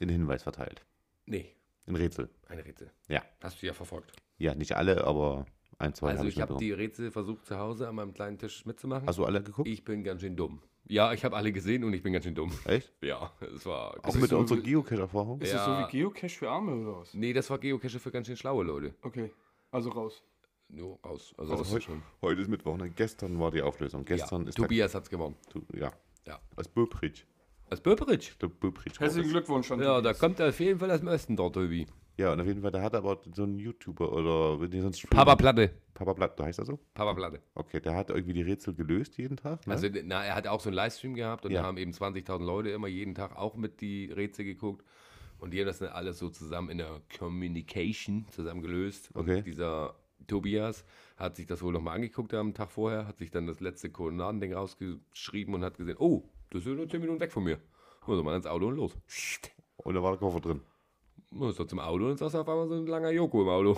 S2: Den Hinweis verteilt.
S1: nee,
S2: Ein Rätsel.
S1: Ein Rätsel.
S2: Ja.
S1: Hast du ja verfolgt.
S2: Ja, nicht alle, aber ein, zwei
S1: Also
S2: habe
S1: ich
S2: schon
S1: habe
S2: bekommen.
S1: die Rätsel versucht zu Hause an meinem kleinen Tisch mitzumachen.
S2: Hast du alle geguckt?
S1: ich bin ganz schön dumm. Ja, ich habe alle gesehen und ich bin ganz schön dumm.
S2: Echt?
S1: Ja, es war.
S2: Auch mit
S3: so-
S2: unserer Geocache-Erfahrung?
S3: Ist das
S1: Also Ja.
S3: so wie Geocache für Arme oder was?
S1: Nee, das war Geocache für ganz schön schlaue Leute.
S3: Okay, also raus.
S1: Nur raus. Also,
S2: Also
S1: raus
S2: heu,
S1: schon.
S2: heute ist Mittwoch, ne? gestern war die Auflösung. Gestern
S1: ja.
S2: ist
S1: Tobias hat's gewonnen.
S2: der, tu, ja,
S1: Ja.
S2: aus Böbritsch.
S1: Als Böberitsch.
S2: Der Böbritsch
S3: Herzlichen
S2: raus
S3: Glückwunsch an
S1: Ja, da
S3: Tobias.
S1: kommt er auf jeden Fall aus dem Osten dort, Tobi.
S2: ist. Ja, und auf jeden Fall, da hat aber so ein YouTuber oder nee, so ein Streamer.
S1: Papa Platte.
S2: Papa Blatt, da heißt er so?
S1: Papa Platte.
S2: Okay, der hat irgendwie die Rätsel gelöst jeden Tag. Ne?
S1: Also, na, er hat auch so einen Livestream gehabt und
S2: Ja.
S1: da haben eben 20.000 Leute immer jeden Tag auch mit die Rätsel geguckt. Und die haben das dann alles so zusammen in der Communication zusammen gelöst. Und
S2: Okay.
S1: dieser Tobias hat sich das wohl nochmal angeguckt am Tag vorher, hat sich dann das letzte Koordinatending rausgeschrieben und hat gesehen, oh, das sind nur 10 Minuten weg von mir. Also mal ins Auto und los. Psst.
S2: und da war der Koffer drin.
S1: Und ist er zum Auto und saß auf einmal so ein langer Joko im Auto.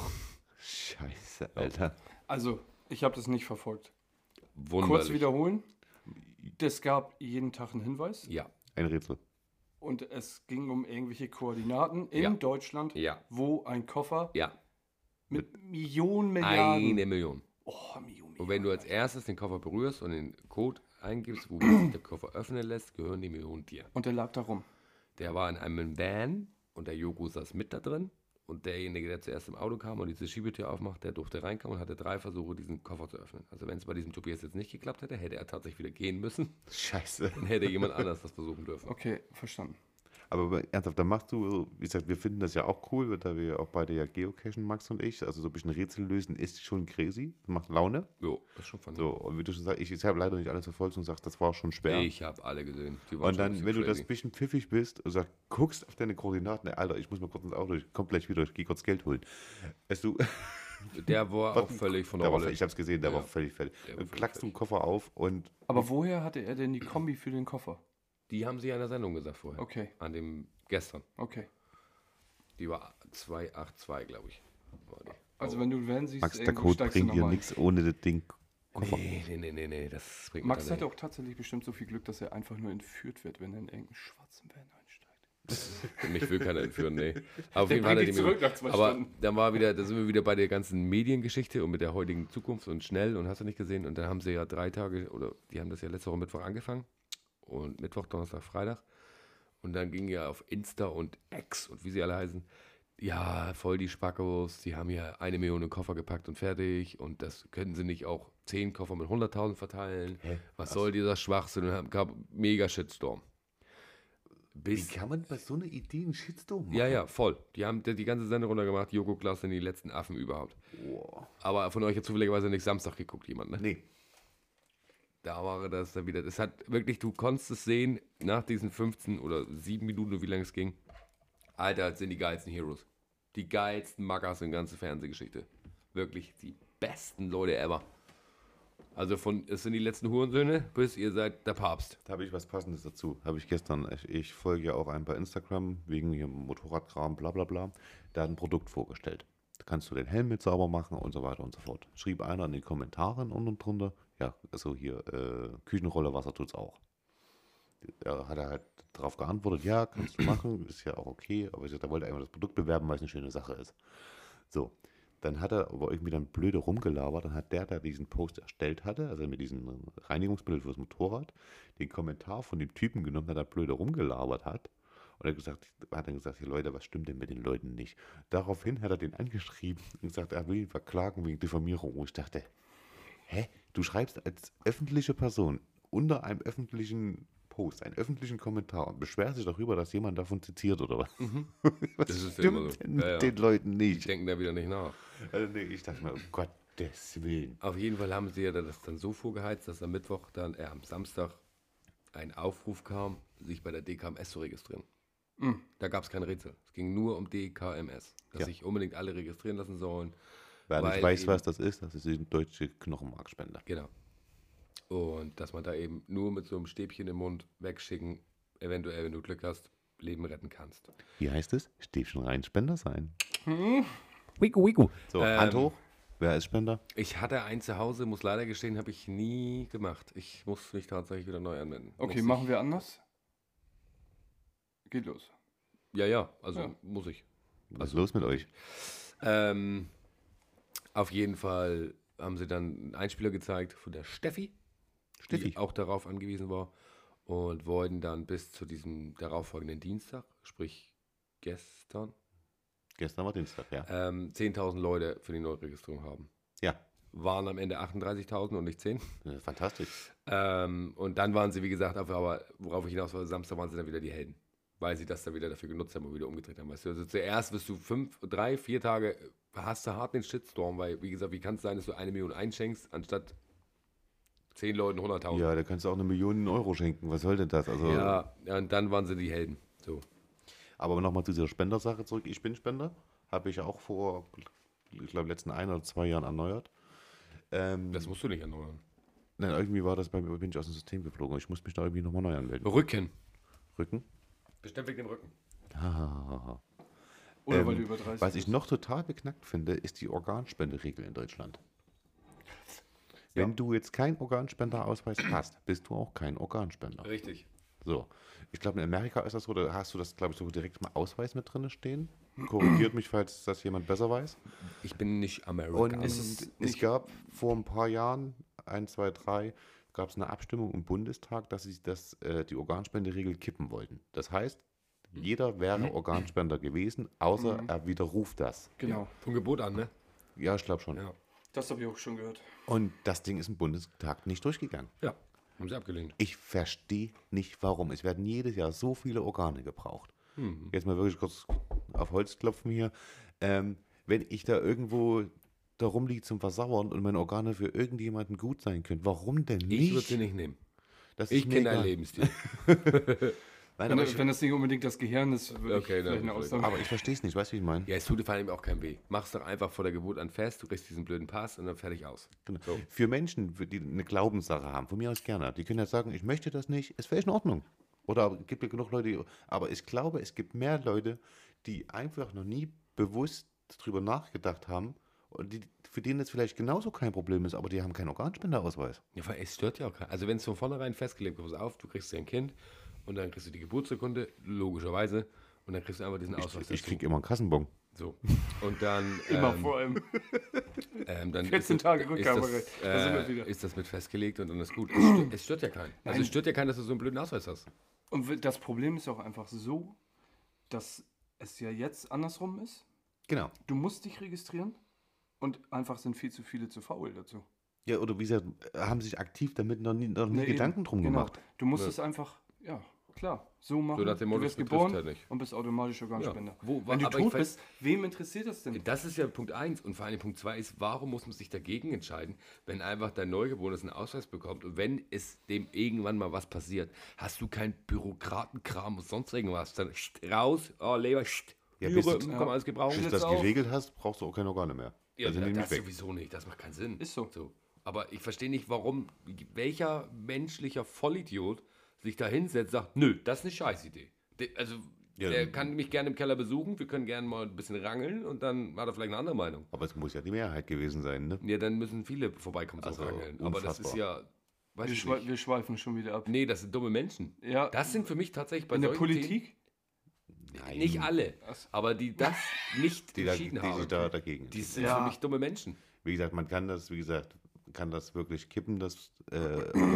S2: Scheiße, Alter.
S3: Also, Ich habe das nicht verfolgt.
S1: Wunderlich.
S3: Kurz wiederholen. Es gab jeden Tag einen Hinweis
S1: Ja,
S2: Ein Rätsel.
S3: und es ging um irgendwelche Koordinaten in
S1: Ja.
S3: Deutschland,
S1: ja,
S3: wo ein Koffer
S1: ja.
S3: mit Millionen Milliarden.
S1: Eine Million.
S3: Oh, Millionen.
S1: Und wenn du als erstes den Koffer berührst und den Code eingibst, womit sich der Koffer öffnen lässt, gehören die Millionen dir.
S3: und der lag da rum.
S1: Der war in einem Van und der Joko saß mit da drin. Und derjenige, der zuerst im Auto kam und diese Schiebetür aufmacht, der durfte reinkommen und hatte drei Versuche, diesen Koffer zu öffnen. Also wenn es bei diesem Tobias jetzt nicht geklappt hätte, hätte er tatsächlich wieder gehen müssen.
S2: Scheiße.
S1: Dann hätte jemand anders das versuchen dürfen.
S3: Okay, verstanden.
S2: Aber mal ernsthaft, dann machst du, so, wie gesagt, wir finden das ja auch cool, da wir ja auch beide ja geocachen, Max und ich. Also so ein bisschen Rätsel lösen ist schon crazy, macht Laune.
S1: Jo, das ist schon funny.
S2: So, und wie du schon sagst, ich, ich habe leider nicht alles verfolgt und sagst, das war schon schwer.
S1: Ich habe alle gesehen. Die waren
S2: und
S1: schon ein
S2: dann,
S1: bisschen
S2: wenn du das
S1: crazy.
S2: bisschen pfiffig bist und sagst, guckst auf deine Koordinaten, ey, Alter, ich muss mal kurz ins Auto, ich komm gleich wieder, ich geh kurz Geld holen. Weißt du,
S1: Der war auch völlig von der
S2: der war,
S1: Rolle.
S2: ich hab's gesehen, der
S1: Ja.
S2: war völlig fertig.
S1: Der war
S2: Dann
S1: völlig
S2: klackst du den Koffer auf und
S3: Aber woher hatte er denn die Kombi für den Koffer?
S1: Die haben sie an der Sendung gesagt vorher.
S3: Okay,
S1: An dem gestern.
S3: okay.
S1: Die war 282, glaube ich. War die.
S3: Also wenn du Van siehst,
S2: Max, der
S3: irgendwo
S2: Code
S3: steigst du
S2: bringt dir
S3: nochmal ein.
S2: nichts ohne das Ding. Koffer.
S1: Oh, Nee, nee, nee, nee, nee, das bringt mir
S3: Max hatte
S1: tatsächlich-
S3: auch tatsächlich bestimmt so viel Glück, dass er einfach nur entführt wird, wenn er in irgendeinen schwarzen Van einsteigt.
S1: Mich will keiner entführen, nee. Aber auf
S3: Der
S1: jeden Fall hat er
S3: bringt
S1: die
S3: dich zurück
S1: Millionen.
S3: nach zwei
S1: Aber
S3: Stunden.
S1: dann war wieder, da sind wir wieder bei der ganzen Mediengeschichte und mit der heutigen Zukunft und schnell und hast du nicht gesehen. Und dann haben sie ja drei Tage, oder die haben das ja letzte Woche Mittwoch angefangen. Und Mittwoch, Donnerstag, Freitag. Und dann ging ja auf Insta und X und wie sie alle heißen. Ja, voll die Spackos, die haben ja eine Million in Koffer gepackt und fertig. Und das könnten sie nicht auch zehn Koffer mit 100.000 verteilen. Was soll dieser Schwachsinn? Und dann gab mega Shitstorm.
S2: Wie
S1: Bis
S2: kann man bei so einer Idee einen Shitstorm machen?
S1: ja, ja, voll. Die haben die die ganze Sendung runtergemacht. Joko Klaas sind die letzten Affen überhaupt.
S2: Boah.
S1: Aber von euch hat zufälligerweise nicht Samstag geguckt, jemand, ne?
S2: Nee,
S1: Da war das dann wieder. Das hat wirklich, du konntest es sehen, nach diesen 15 oder 7 Minuten, oder wie lange es ging. Alter, das sind die geilsten Heroes. Die geilsten Mackers in ganze Fernsehgeschichte. Wirklich die besten Leute ever. Also von, es sind die letzten Hurensöhne, bis ihr seid der Papst.
S2: da habe ich was Passendes dazu. Habe ich gestern, ich, ich folge ja auch einem bei Instagram wegen hier Motorradkram, bla bla bla. Da hat ein Produkt vorgestellt. Da kannst du den Helm mit sauber machen und so weiter und so fort. Schrieb einer in den Kommentaren unten drunter, ja, also hier, äh, Küchenrolle, Wasser tut's auch. Da hat er halt darauf geantwortet, ja, kannst du machen, ist ja auch okay, aber ich sag, da wollte er einfach das Produkt bewerben, weil es eine schöne Sache ist. So, dann hat er aber irgendwie dann blöde rumgelabert, dann hat der, der diesen Post erstellt hatte, also mit diesem Reinigungsmittel fürs Motorrad, den Kommentar von dem Typen genommen, der da blöde rumgelabert hat. Und er hat gesagt, hat dann gesagt, hier Leute, was stimmt denn mit den Leuten nicht? Daraufhin hat er den angeschrieben und gesagt, er will ihn verklagen wegen Diffamierung. Und ich dachte, hä? Du schreibst als öffentliche Person unter einem öffentlichen Post, einen öffentlichen Kommentar und beschwerst dich darüber, dass jemand davon zitiert oder was? was
S1: Mhm. Das ist ja immer
S2: stimmt
S1: so.
S2: denn mit
S1: Ja, ja.
S2: den Leuten nicht?
S1: Die denken da wieder nicht nach.
S2: Also nee, ich dachte mir, um Gottes Willen.
S1: Auf jeden Fall haben sie ja das dann so vorgeheizt, dass am Mittwoch dann, äh, am Samstag ein Aufruf kam, sich bei der DKMS zu registrieren.
S3: Mhm.
S1: Da gab es kein Rätsel. Es ging nur um DKMS, dass
S2: Ja.
S1: sich unbedingt alle registrieren lassen sollen.
S2: Wer
S1: Weil
S2: nicht weiß,
S1: eben-
S2: was das ist, das ist die deutsche Knochenmarkspender.
S1: Genau. Und dass man da eben nur mit so einem Stäbchen im Mund wegschicken, eventuell, wenn du Glück hast, Leben retten kannst.
S2: Wie heißt es? Stäbchen rein, Spender sein.
S3: Hm?
S1: Wiku, wiku.
S2: So,
S1: Ähm.
S2: Hand hoch. Wer ist Spender?
S1: Ich hatte einen zu Hause, muss leider gestehen, habe ich nie gemacht. Ich muss mich tatsächlich wieder neu anmelden.
S3: Okay,
S1: muss
S3: machen wir anders. Geht los.
S1: Ich. Ja, ja, also
S3: Ja.
S1: muss ich.
S2: Was
S1: Also-
S2: ist los mit euch?
S1: Ähm, auf jeden Fall haben sie dann einen Einspieler gezeigt von der Steffi,
S2: Steffi.
S1: die auch darauf angewiesen war und wollten dann bis zu diesem darauffolgenden Dienstag, sprich gestern,
S2: Gestern war Dienstag, ja.
S1: ähm, 10.000 Leute für die Neuregistrierung haben.
S2: Ja,
S1: Waren am Ende 38.000 und nicht 10.
S2: äh, fantastisch.
S1: Ähm, und dann waren sie, wie gesagt, auf, aber worauf ich hinaus war, Samstag waren sie dann wieder die Helden. Weil sie das dann wieder dafür genutzt haben und wieder umgedreht haben. Weißt du? Also zuerst wirst du fünf, drei, vier Tage, äh, hast du hart den Shitstorm, weil, wie gesagt, wie kann es sein, dass du eine Million einschenkst, anstatt zehn Leuten 100.000?
S2: Ja, da kannst du auch eine Million Euro schenken. Was soll denn das? Also,
S1: Ja, ja, und dann waren sie die Helden. So.
S2: Aber nochmal zu dieser Spendersache zurück. Ich bin Spender. Habe ich auch vor, ich glaube, letzten ein oder zwei Jahren erneuert. Ähm,
S1: Das musst du nicht erneuern.
S2: nein, irgendwie war das bei mir, bin ich aus dem System geflogen. Ich muss mich da irgendwie nochmal neu anmelden.
S1: Rücken. Oh.
S2: Rücken? Ah.
S1: Bestimmt wegen dem Rücken.
S2: Hahaha.
S3: Oder weil
S2: Ähm,
S3: du über 30
S2: Was ich noch total beknackt finde, ist die Organspenderegel in Deutschland. Wenn du jetzt keinen Organspenderausweis hast, bist du auch kein Organspender.
S1: Richtig.
S2: So. Ich glaube, in Amerika ist das so, da hast du das, glaube ich, so direkt im Ausweis mit drin stehen. Korrigiert mich, falls das jemand besser weiß.
S1: Ich bin nicht
S2: Und
S1: Amerikaner.
S3: Ist
S2: es,
S3: es nicht-
S2: gab vor ein paar Jahren, ein, zwei, drei, gab es eine Abstimmung im Bundestag, dass sie das, äh, die Organspenderegel kippen wollten. Das heißt, jeder wäre Organspender gewesen, außer er widerruft das.
S3: Genau.
S1: Von Geburt an, ne?
S2: Ja, ich glaube schon.
S1: Ja.
S3: Das habe ich auch schon gehört.
S2: Und das Ding ist im Bundestag nicht durchgegangen.
S1: Ja. Haben sie abgelehnt.
S2: Ich verstehe nicht, warum. Es werden jedes Jahr so viele Organe gebraucht.
S1: Hm.
S2: Jetzt mal wirklich kurz auf Holz klopfen hier. Ähm, wenn ich da irgendwo da rumliege zum Versauern und meine Organe für irgendjemanden gut sein können, warum denn
S1: Ich würde
S2: nicht?
S1: sie nicht nehmen.
S2: Das ist
S1: Ich
S2: mir
S1: kenne deinen
S2: egal.
S1: Lebensstil.
S2: Nein,
S3: Wenn,
S2: aber ich,
S3: wenn das nicht unbedingt das Gehirn ist, würde
S1: Okay,
S3: ich
S1: dann
S3: vielleicht eine
S1: vielleicht.
S3: Ausnahme.
S2: aber ich verstehe es nicht. Weißt du, wie ich meine?
S1: Ja, es tut vor allem auch kein Weh. Mach's doch einfach vor der Geburt an fest, du kriegst diesen blöden Pass und dann fertig aus.
S2: Genau. Für Menschen, für die eine Glaubenssache haben, von mir aus gerne, die können ja sagen, ich möchte das nicht, ist völlig in Ordnung. Oder es gibt ja genug Leute, die- aber ich glaube, es gibt mehr Leute, die einfach noch nie bewusst drüber nachgedacht haben und die, für denen das vielleicht genauso kein Problem ist, aber die haben keinen Organspenderausweis.
S1: Ja, weil es stört ja auch keinen. Also wenn es von vornherein festgelegt wird, pass auf, du kriegst ja ein Kind und dann kriegst du die Geburtsurkunde, logischerweise, und dann kriegst du einfach diesen Ausweis
S2: Ich
S1: dazu.
S2: kriege immer einen Kassenbon.
S1: So. Und dann,
S3: Immer
S1: ähm,
S3: vor allem.
S1: ähm, dann
S3: 14 Tage
S1: ist,
S3: Rückgaberecht.
S1: ist,
S3: Da sind wir
S1: das, äh,
S3: wieder.
S1: ist das mit festgelegt und dann ist gut. Es stört, es stört ja keinen. Also
S3: Nein.
S1: es stört ja keinen, dass du so einen blöden Ausweis hast.
S3: Und w- das Problem ist auch einfach so, dass es ja jetzt andersrum ist.
S2: Genau.
S3: Du musst dich registrieren und einfach sind viel zu viele zu faul dazu.
S2: Ja, oder wie gesagt, haben sich aktiv damit noch nie, noch nie
S3: Nee, eben.
S2: Gedanken drum
S3: Genau.
S2: gemacht.
S3: Du musst
S1: Ja.
S3: es einfach, ja, klar, so machen.
S1: So nach dem Motto,
S3: du
S1: es
S3: wirst
S1: betrifft
S3: geboren
S1: halt nicht.
S3: und bist automatisch Organspender.
S1: Ja. Wo-
S3: Wenn du
S1: aber ich
S3: tot
S1: ver-
S3: bist, wem interessiert das denn?
S1: Das ist ja Punkt 1. Und vor allem Punkt 2 ist, warum muss man sich dagegen entscheiden, wenn einfach dein Neugeborenes einen Ausweis bekommt und wenn es dem irgendwann mal was passiert, hast du keinen Bürokratenkram und sonst irgendwas. Dann scht, raus, oh, Leber, scht,
S2: Ja,
S1: Niere,
S2: bist-
S1: mm,
S3: ja.
S1: kann man alles
S2: Wenn
S1: gebrauchen.
S2: du
S3: Schlitz
S2: das
S3: auf.
S2: geregelt hast, brauchst du auch keine Organe mehr.
S1: Ja,
S2: also
S1: da-
S2: nimm
S1: das
S2: mich weg.
S1: sowieso nicht, das macht keinen Sinn.
S3: Ist so.
S1: Aber ich verstehe nicht, warum welcher menschlicher Vollidiot sich da hinsetzt sagt, nö, das ist eine Scheißidee. De, also,
S2: Ja,
S1: der
S2: dann-
S1: kann mich gerne im Keller besuchen, wir können gerne mal ein bisschen rangeln und dann hat er vielleicht eine andere Meinung.
S2: Aber es muss ja die Mehrheit gewesen sein, ne?
S1: Ja, dann müssen viele vorbeikommen zum
S2: Also,
S1: Rangeln. Aber das ist ja. Weiß
S3: Wir,
S1: ich
S3: schwe
S1: nicht.
S3: wir schweifen schon wieder ab.
S1: Nee, das sind dumme Menschen.
S3: Ja,
S1: Das sind für mich tatsächlich bei
S3: in der
S1: solchen
S3: Politik?
S2: Nein.
S1: Themen, nicht alle,
S3: Ach so.
S1: aber die das nicht
S2: die, da, die,
S1: entschieden
S2: die sich
S1: haben.
S2: da dagegen
S1: die sind
S3: Ja.
S1: für mich dumme Menschen.
S2: Wie gesagt, man kann das, wie gesagt, man kann das wirklich kippen, das äh,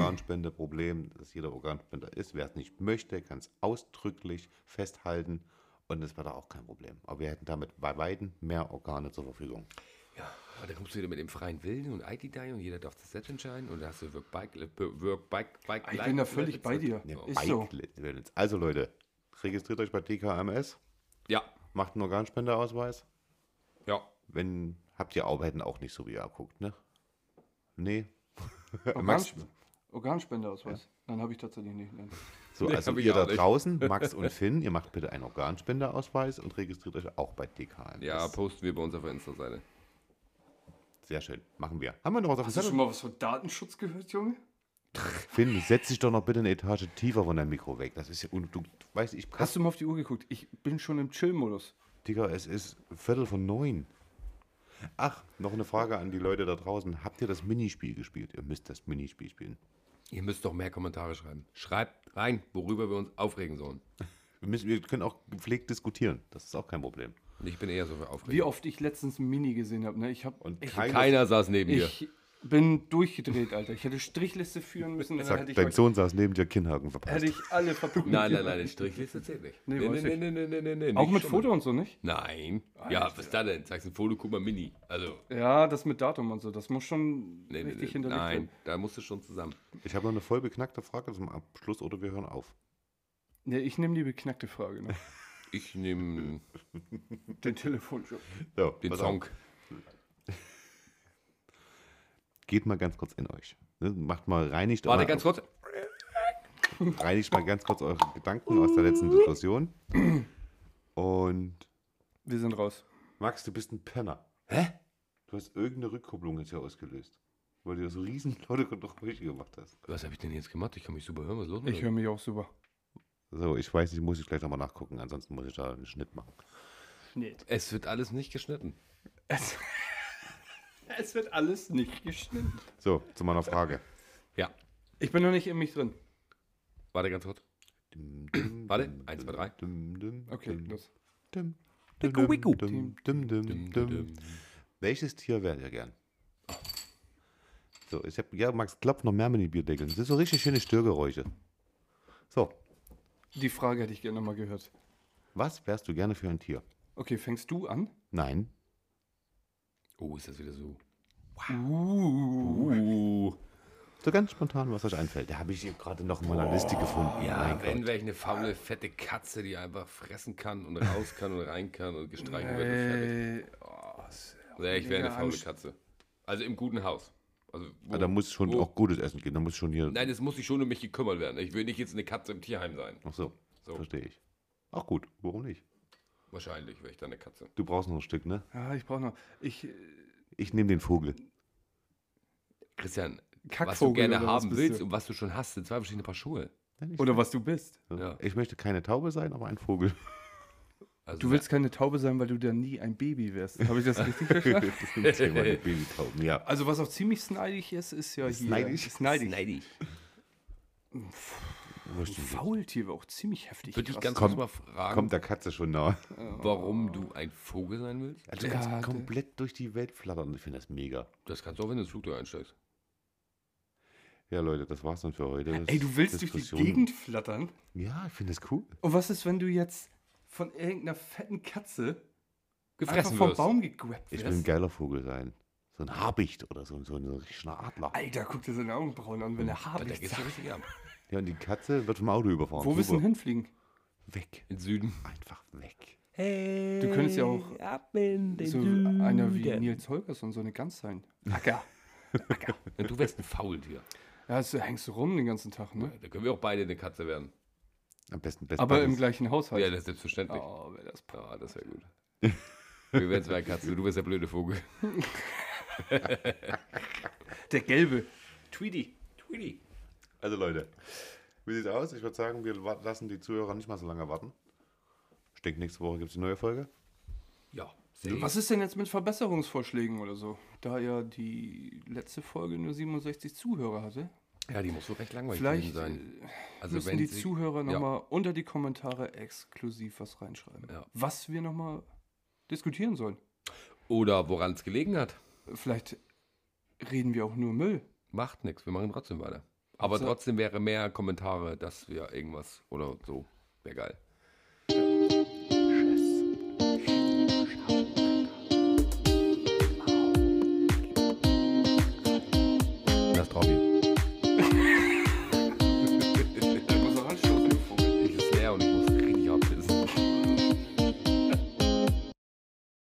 S2: Organspendeproblem, dass jeder Organspender ist. Wer es nicht möchte, kann es ausdrücklich festhalten und es war da auch kein Problem. Aber wir hätten damit bei Weitem mehr Organe zur Verfügung.
S1: Aber Ah, da kommst du wieder mit dem freien Willen und ID-Dei und jeder darf das selbst entscheiden und da hast du Work Bike, äh, Work Bike, Bike.
S3: Ich bin da
S1: Life-
S3: völlig bei dir.
S2: Ne,
S3: Ist so.
S2: Bike- Also Leute, registriert euch bei TKMS,
S1: Ja,
S2: macht einen Organspenderausweis.
S1: ja.
S2: Wenn, habt ihr Arbeiten auch nicht so wie ihr guckt, ne? Nee. Max-
S3: Organsp Organspenderausweis. Nein, habe ich tatsächlich nicht. Nein.
S2: So,
S1: Nee,
S2: also
S1: hab ich
S2: ihr
S1: auch
S2: da
S1: nicht.
S2: draußen, Max und Finn, ihr macht bitte einen Organspenderausweis und registriert euch auch bei DKM.
S1: Ja, posten wir bei uns auf der Insta-Seite.
S2: Sehr schön, machen wir. Haben wir noch was auf dem
S3: Hast du schon
S2: Zettel?
S3: mal was von Datenschutz gehört, Junge?
S2: Finn, setz dich doch noch bitte eine Etage tiefer von deinem Mikro weg. Das ist ja, und du du weißt, ich
S3: Hast du mal auf die Uhr geguckt? Ich bin schon im Chill-Modus.
S2: Digga, es ist Viertel von neun. Ach, noch eine Frage an die Leute da draußen. Habt ihr das Minispiel gespielt? Ihr müsst das Minispiel spielen.
S1: Ihr müsst doch mehr Kommentare schreiben. Schreibt rein, worüber wir uns aufregen sollen.
S2: Wir, müssen, wir können auch gepflegt diskutieren. Das ist auch kein Problem.
S1: Ich bin eher so für
S3: Wie
S1: Aufregung.
S3: oft ich letztens ein Mini gesehen habe. Ne? Ich, hab,
S2: Und
S3: ich,
S2: keines-
S1: Keiner saß neben dir.
S3: ich bin durchgedreht, Alter. Ich hätte Strichliste führen müssen. Dann hätte
S2: Zack,
S3: ich,
S2: dein
S3: heute-
S2: Sohn saß neben dir Kinnhaken
S3: hätte
S2: verpasst.
S3: ich alle verpuppt.
S1: Nein, nein, nein, den Strichliste zählt nicht.
S3: Nee, weiß ich.
S1: nee, nee, nee, nee, nee,
S3: Auch
S1: nicht schummeln.
S3: mit Foto und so, nicht?
S1: Nein. Ja, was da denn? Zeigst du ein Foto, guck mal Mini. Also,
S3: Ja, das mit Datum und so. Das muss schon
S1: nee, nee,
S3: richtig
S1: nee,
S3: hinterlegt
S1: nein,
S3: werden.
S1: da musst du schon zusammen.
S2: Ich habe noch eine voll beknackte Frage zum Abschluss oder wir hören auf.
S3: Nee, ich nehme die beknackte Frage. Ne?
S1: Ich nehme
S3: Den Telefonjob.
S2: So,
S1: den
S2: pass
S1: Song.
S2: auf. Geht mal ganz kurz in euch. Ne? Macht mal, reinigt,
S1: Warte
S2: eure-
S1: ganz kurz.
S2: reinigt mal ganz kurz eure Gedanken aus der letzten Diskussion. Und
S3: Wir sind raus.
S2: Max, du bist ein Penner.
S1: Hä?
S2: Du hast irgendeine Rückkopplung jetzt hier ausgelöst. Weil du so riesen laute Kontrollen gemacht hast.
S1: Was habe ich denn jetzt gemacht? Ich kann mich super hören. Was ist los mit
S3: Ich
S1: euch?
S3: höre mich auch super.
S2: So, ich weiß nicht, muss ich gleich nochmal nachgucken. Ansonsten muss ich da einen Schnitt machen.
S3: Nee.
S1: Es wird alles nicht geschnitten.
S3: Es wird alles nicht geschnitten.
S2: So, zu meiner Frage.
S1: Ja,
S3: Ich bin noch nicht in mich drin.
S1: warte ganz kurz. Warte, eins, zwei, drei.
S3: Okay,
S1: Mhm.
S3: los.
S2: Wicku, wicku. Welches Tier wärt ihr gern? So, ich hab, ja, Max, klopf noch mehr mit den Bierdeckeln. Das sind so richtig schöne Störgeräusche. So,
S3: Die Frage hätte ich gerne mal gehört.
S2: was wärst du gerne für ein Tier?
S3: Okay, fängst du an?
S2: Nein.
S1: Oh, ist das wieder so.
S3: Uh.
S1: Uh,
S2: So ganz spontan, was euch einfällt. Da habe ich eben gerade noch in meiner Liste gefunden.
S1: ja,
S2: Mein
S1: wenn
S2: Gott.
S1: wäre ich eine faule, fette Katze, die einfach fressen kann und raus kann und rein kann und gestreichen wird und Oh, fertig.
S3: Äh, oh, ist ja auch
S1: Nee, ich wäre eine
S3: mega
S1: faule
S3: anst-
S1: Katze. Also im guten Haus. Also wo,
S2: Aber da muss schon
S1: wo-
S2: auch gutes Essen gehen. Da muss schon hier.
S1: Nein, es muss sich schon um mich gekümmert werden. Ich will nicht jetzt eine Katze im Tierheim sein.
S2: Ach so,
S1: So.
S2: verstehe ich. Auch gut, warum nicht?
S1: Wahrscheinlich wäre ich dann eine Katze.
S2: Du brauchst noch ein Stück, ne?
S3: Ah, ich brauche noch. Ich, äh,
S2: Ich nehme den Vogel.
S1: Christian, was du
S3: Kackvogel
S1: gerne
S3: oder was
S1: haben
S3: bist
S1: willst um-
S3: du?
S1: und was du schon hast, sind zwei verschiedene Paar Schuhe.
S3: oder was du bist.
S2: So.
S1: Ja.
S2: Ich möchte keine Taube sein, aber ein Vogel.
S1: Also
S3: Du willst keine Taube sein, weil du dann nie ein Baby wirst. Habe ich das richtig verstanden?
S2: das ist ein Thema der Babytauben, ja.
S3: Also was auch ziemlich sneidig ist, ist ja hier.
S2: Sneidig?
S3: Sneidig.
S1: neidisch.
S3: Faultier war auch ziemlich heftig.
S1: Würde ich
S3: krass.
S1: ganz
S2: Komm,
S1: kurz mal fragen,
S2: Kommt der Katze schon nahe.
S1: warum du ein Vogel sein willst?
S2: Also du
S3: Ja,
S2: kannst
S3: der-
S2: komplett durch die Welt flattern. Ich finde das mega.
S1: Das kannst du auch, wenn du ins Flugzeug einsteigst.
S2: Ja, Leute, das war's dann für heute. Das
S3: Ey, du willst durch
S2: Diskussion-
S3: die Gegend flattern?
S2: Ja, ich finde das cool.
S3: Und was ist, wenn du jetzt von irgendeiner fetten Katze
S1: Gefressen
S3: einfach vom
S1: wirst.
S3: Baum gegrabt
S2: Ich will ein
S3: wirst?
S2: geiler Vogel sein. So ein Habicht oder so, so ein so ein richtiger Adler.
S3: Alter, guck dir seine Augenbrauen an, wenn er
S1: Da
S3: hart
S1: geht's ja richtig ab.
S2: Ja, und die Katze wird vom Auto überfahren.
S3: Wo willst du
S2: Super.
S3: denn hinfliegen?
S2: Weg.
S1: In Süden.
S2: Einfach weg.
S4: Hey,
S3: Du könntest ja auch
S4: ab in den
S3: So
S4: Süden.
S3: einer wie Nils Holgersson, so eine Gans sein. Acker.
S1: Und du wärst ein Faultier.
S3: Ja, also hängst du rum den ganzen Tag, ne?
S1: Da können wir auch beide eine Katze werden.
S2: Am besten Best
S3: Aber
S2: Buddies.
S3: im gleichen Haushalt.
S1: Ja, das ist selbstverständlich.
S3: oh, wär das
S1: Ja, das wäre gut. Wir wären zwei Katzen. Du wärst der blöde Vogel.
S3: Der gelbe. Tweety.
S1: Tweety.
S2: Also Leute, wie sieht's aus? Ich würde sagen, wir wa- lassen die Zuhörer nicht mal so lange warten. Ich denke, nächste Woche gibt es eine neue Folge.
S1: Ja. safe.
S3: Was ist denn jetzt mit Verbesserungsvorschlägen oder so? Da ja die letzte Folge nur 67 Zuhörer hatte,
S1: Ja, die muss so recht langweilig
S3: vielleicht
S1: gewesen sein.
S3: äh,
S1: Also
S3: müssen
S1: wenn
S3: die
S1: sie-
S3: Zuhörer
S1: ja.
S3: nochmal unter die Kommentare exklusiv was reinschreiben.
S1: Ja.
S3: Was wir nochmal diskutieren sollen.
S1: Oder woran es gelegen hat.
S3: Vielleicht reden wir auch nur Müll.
S1: Macht nichts. Wir machen trotzdem weiter. Aber
S3: So.
S1: trotzdem wäre mehr Kommentare, dass wir irgendwas oder so. Wäre geil.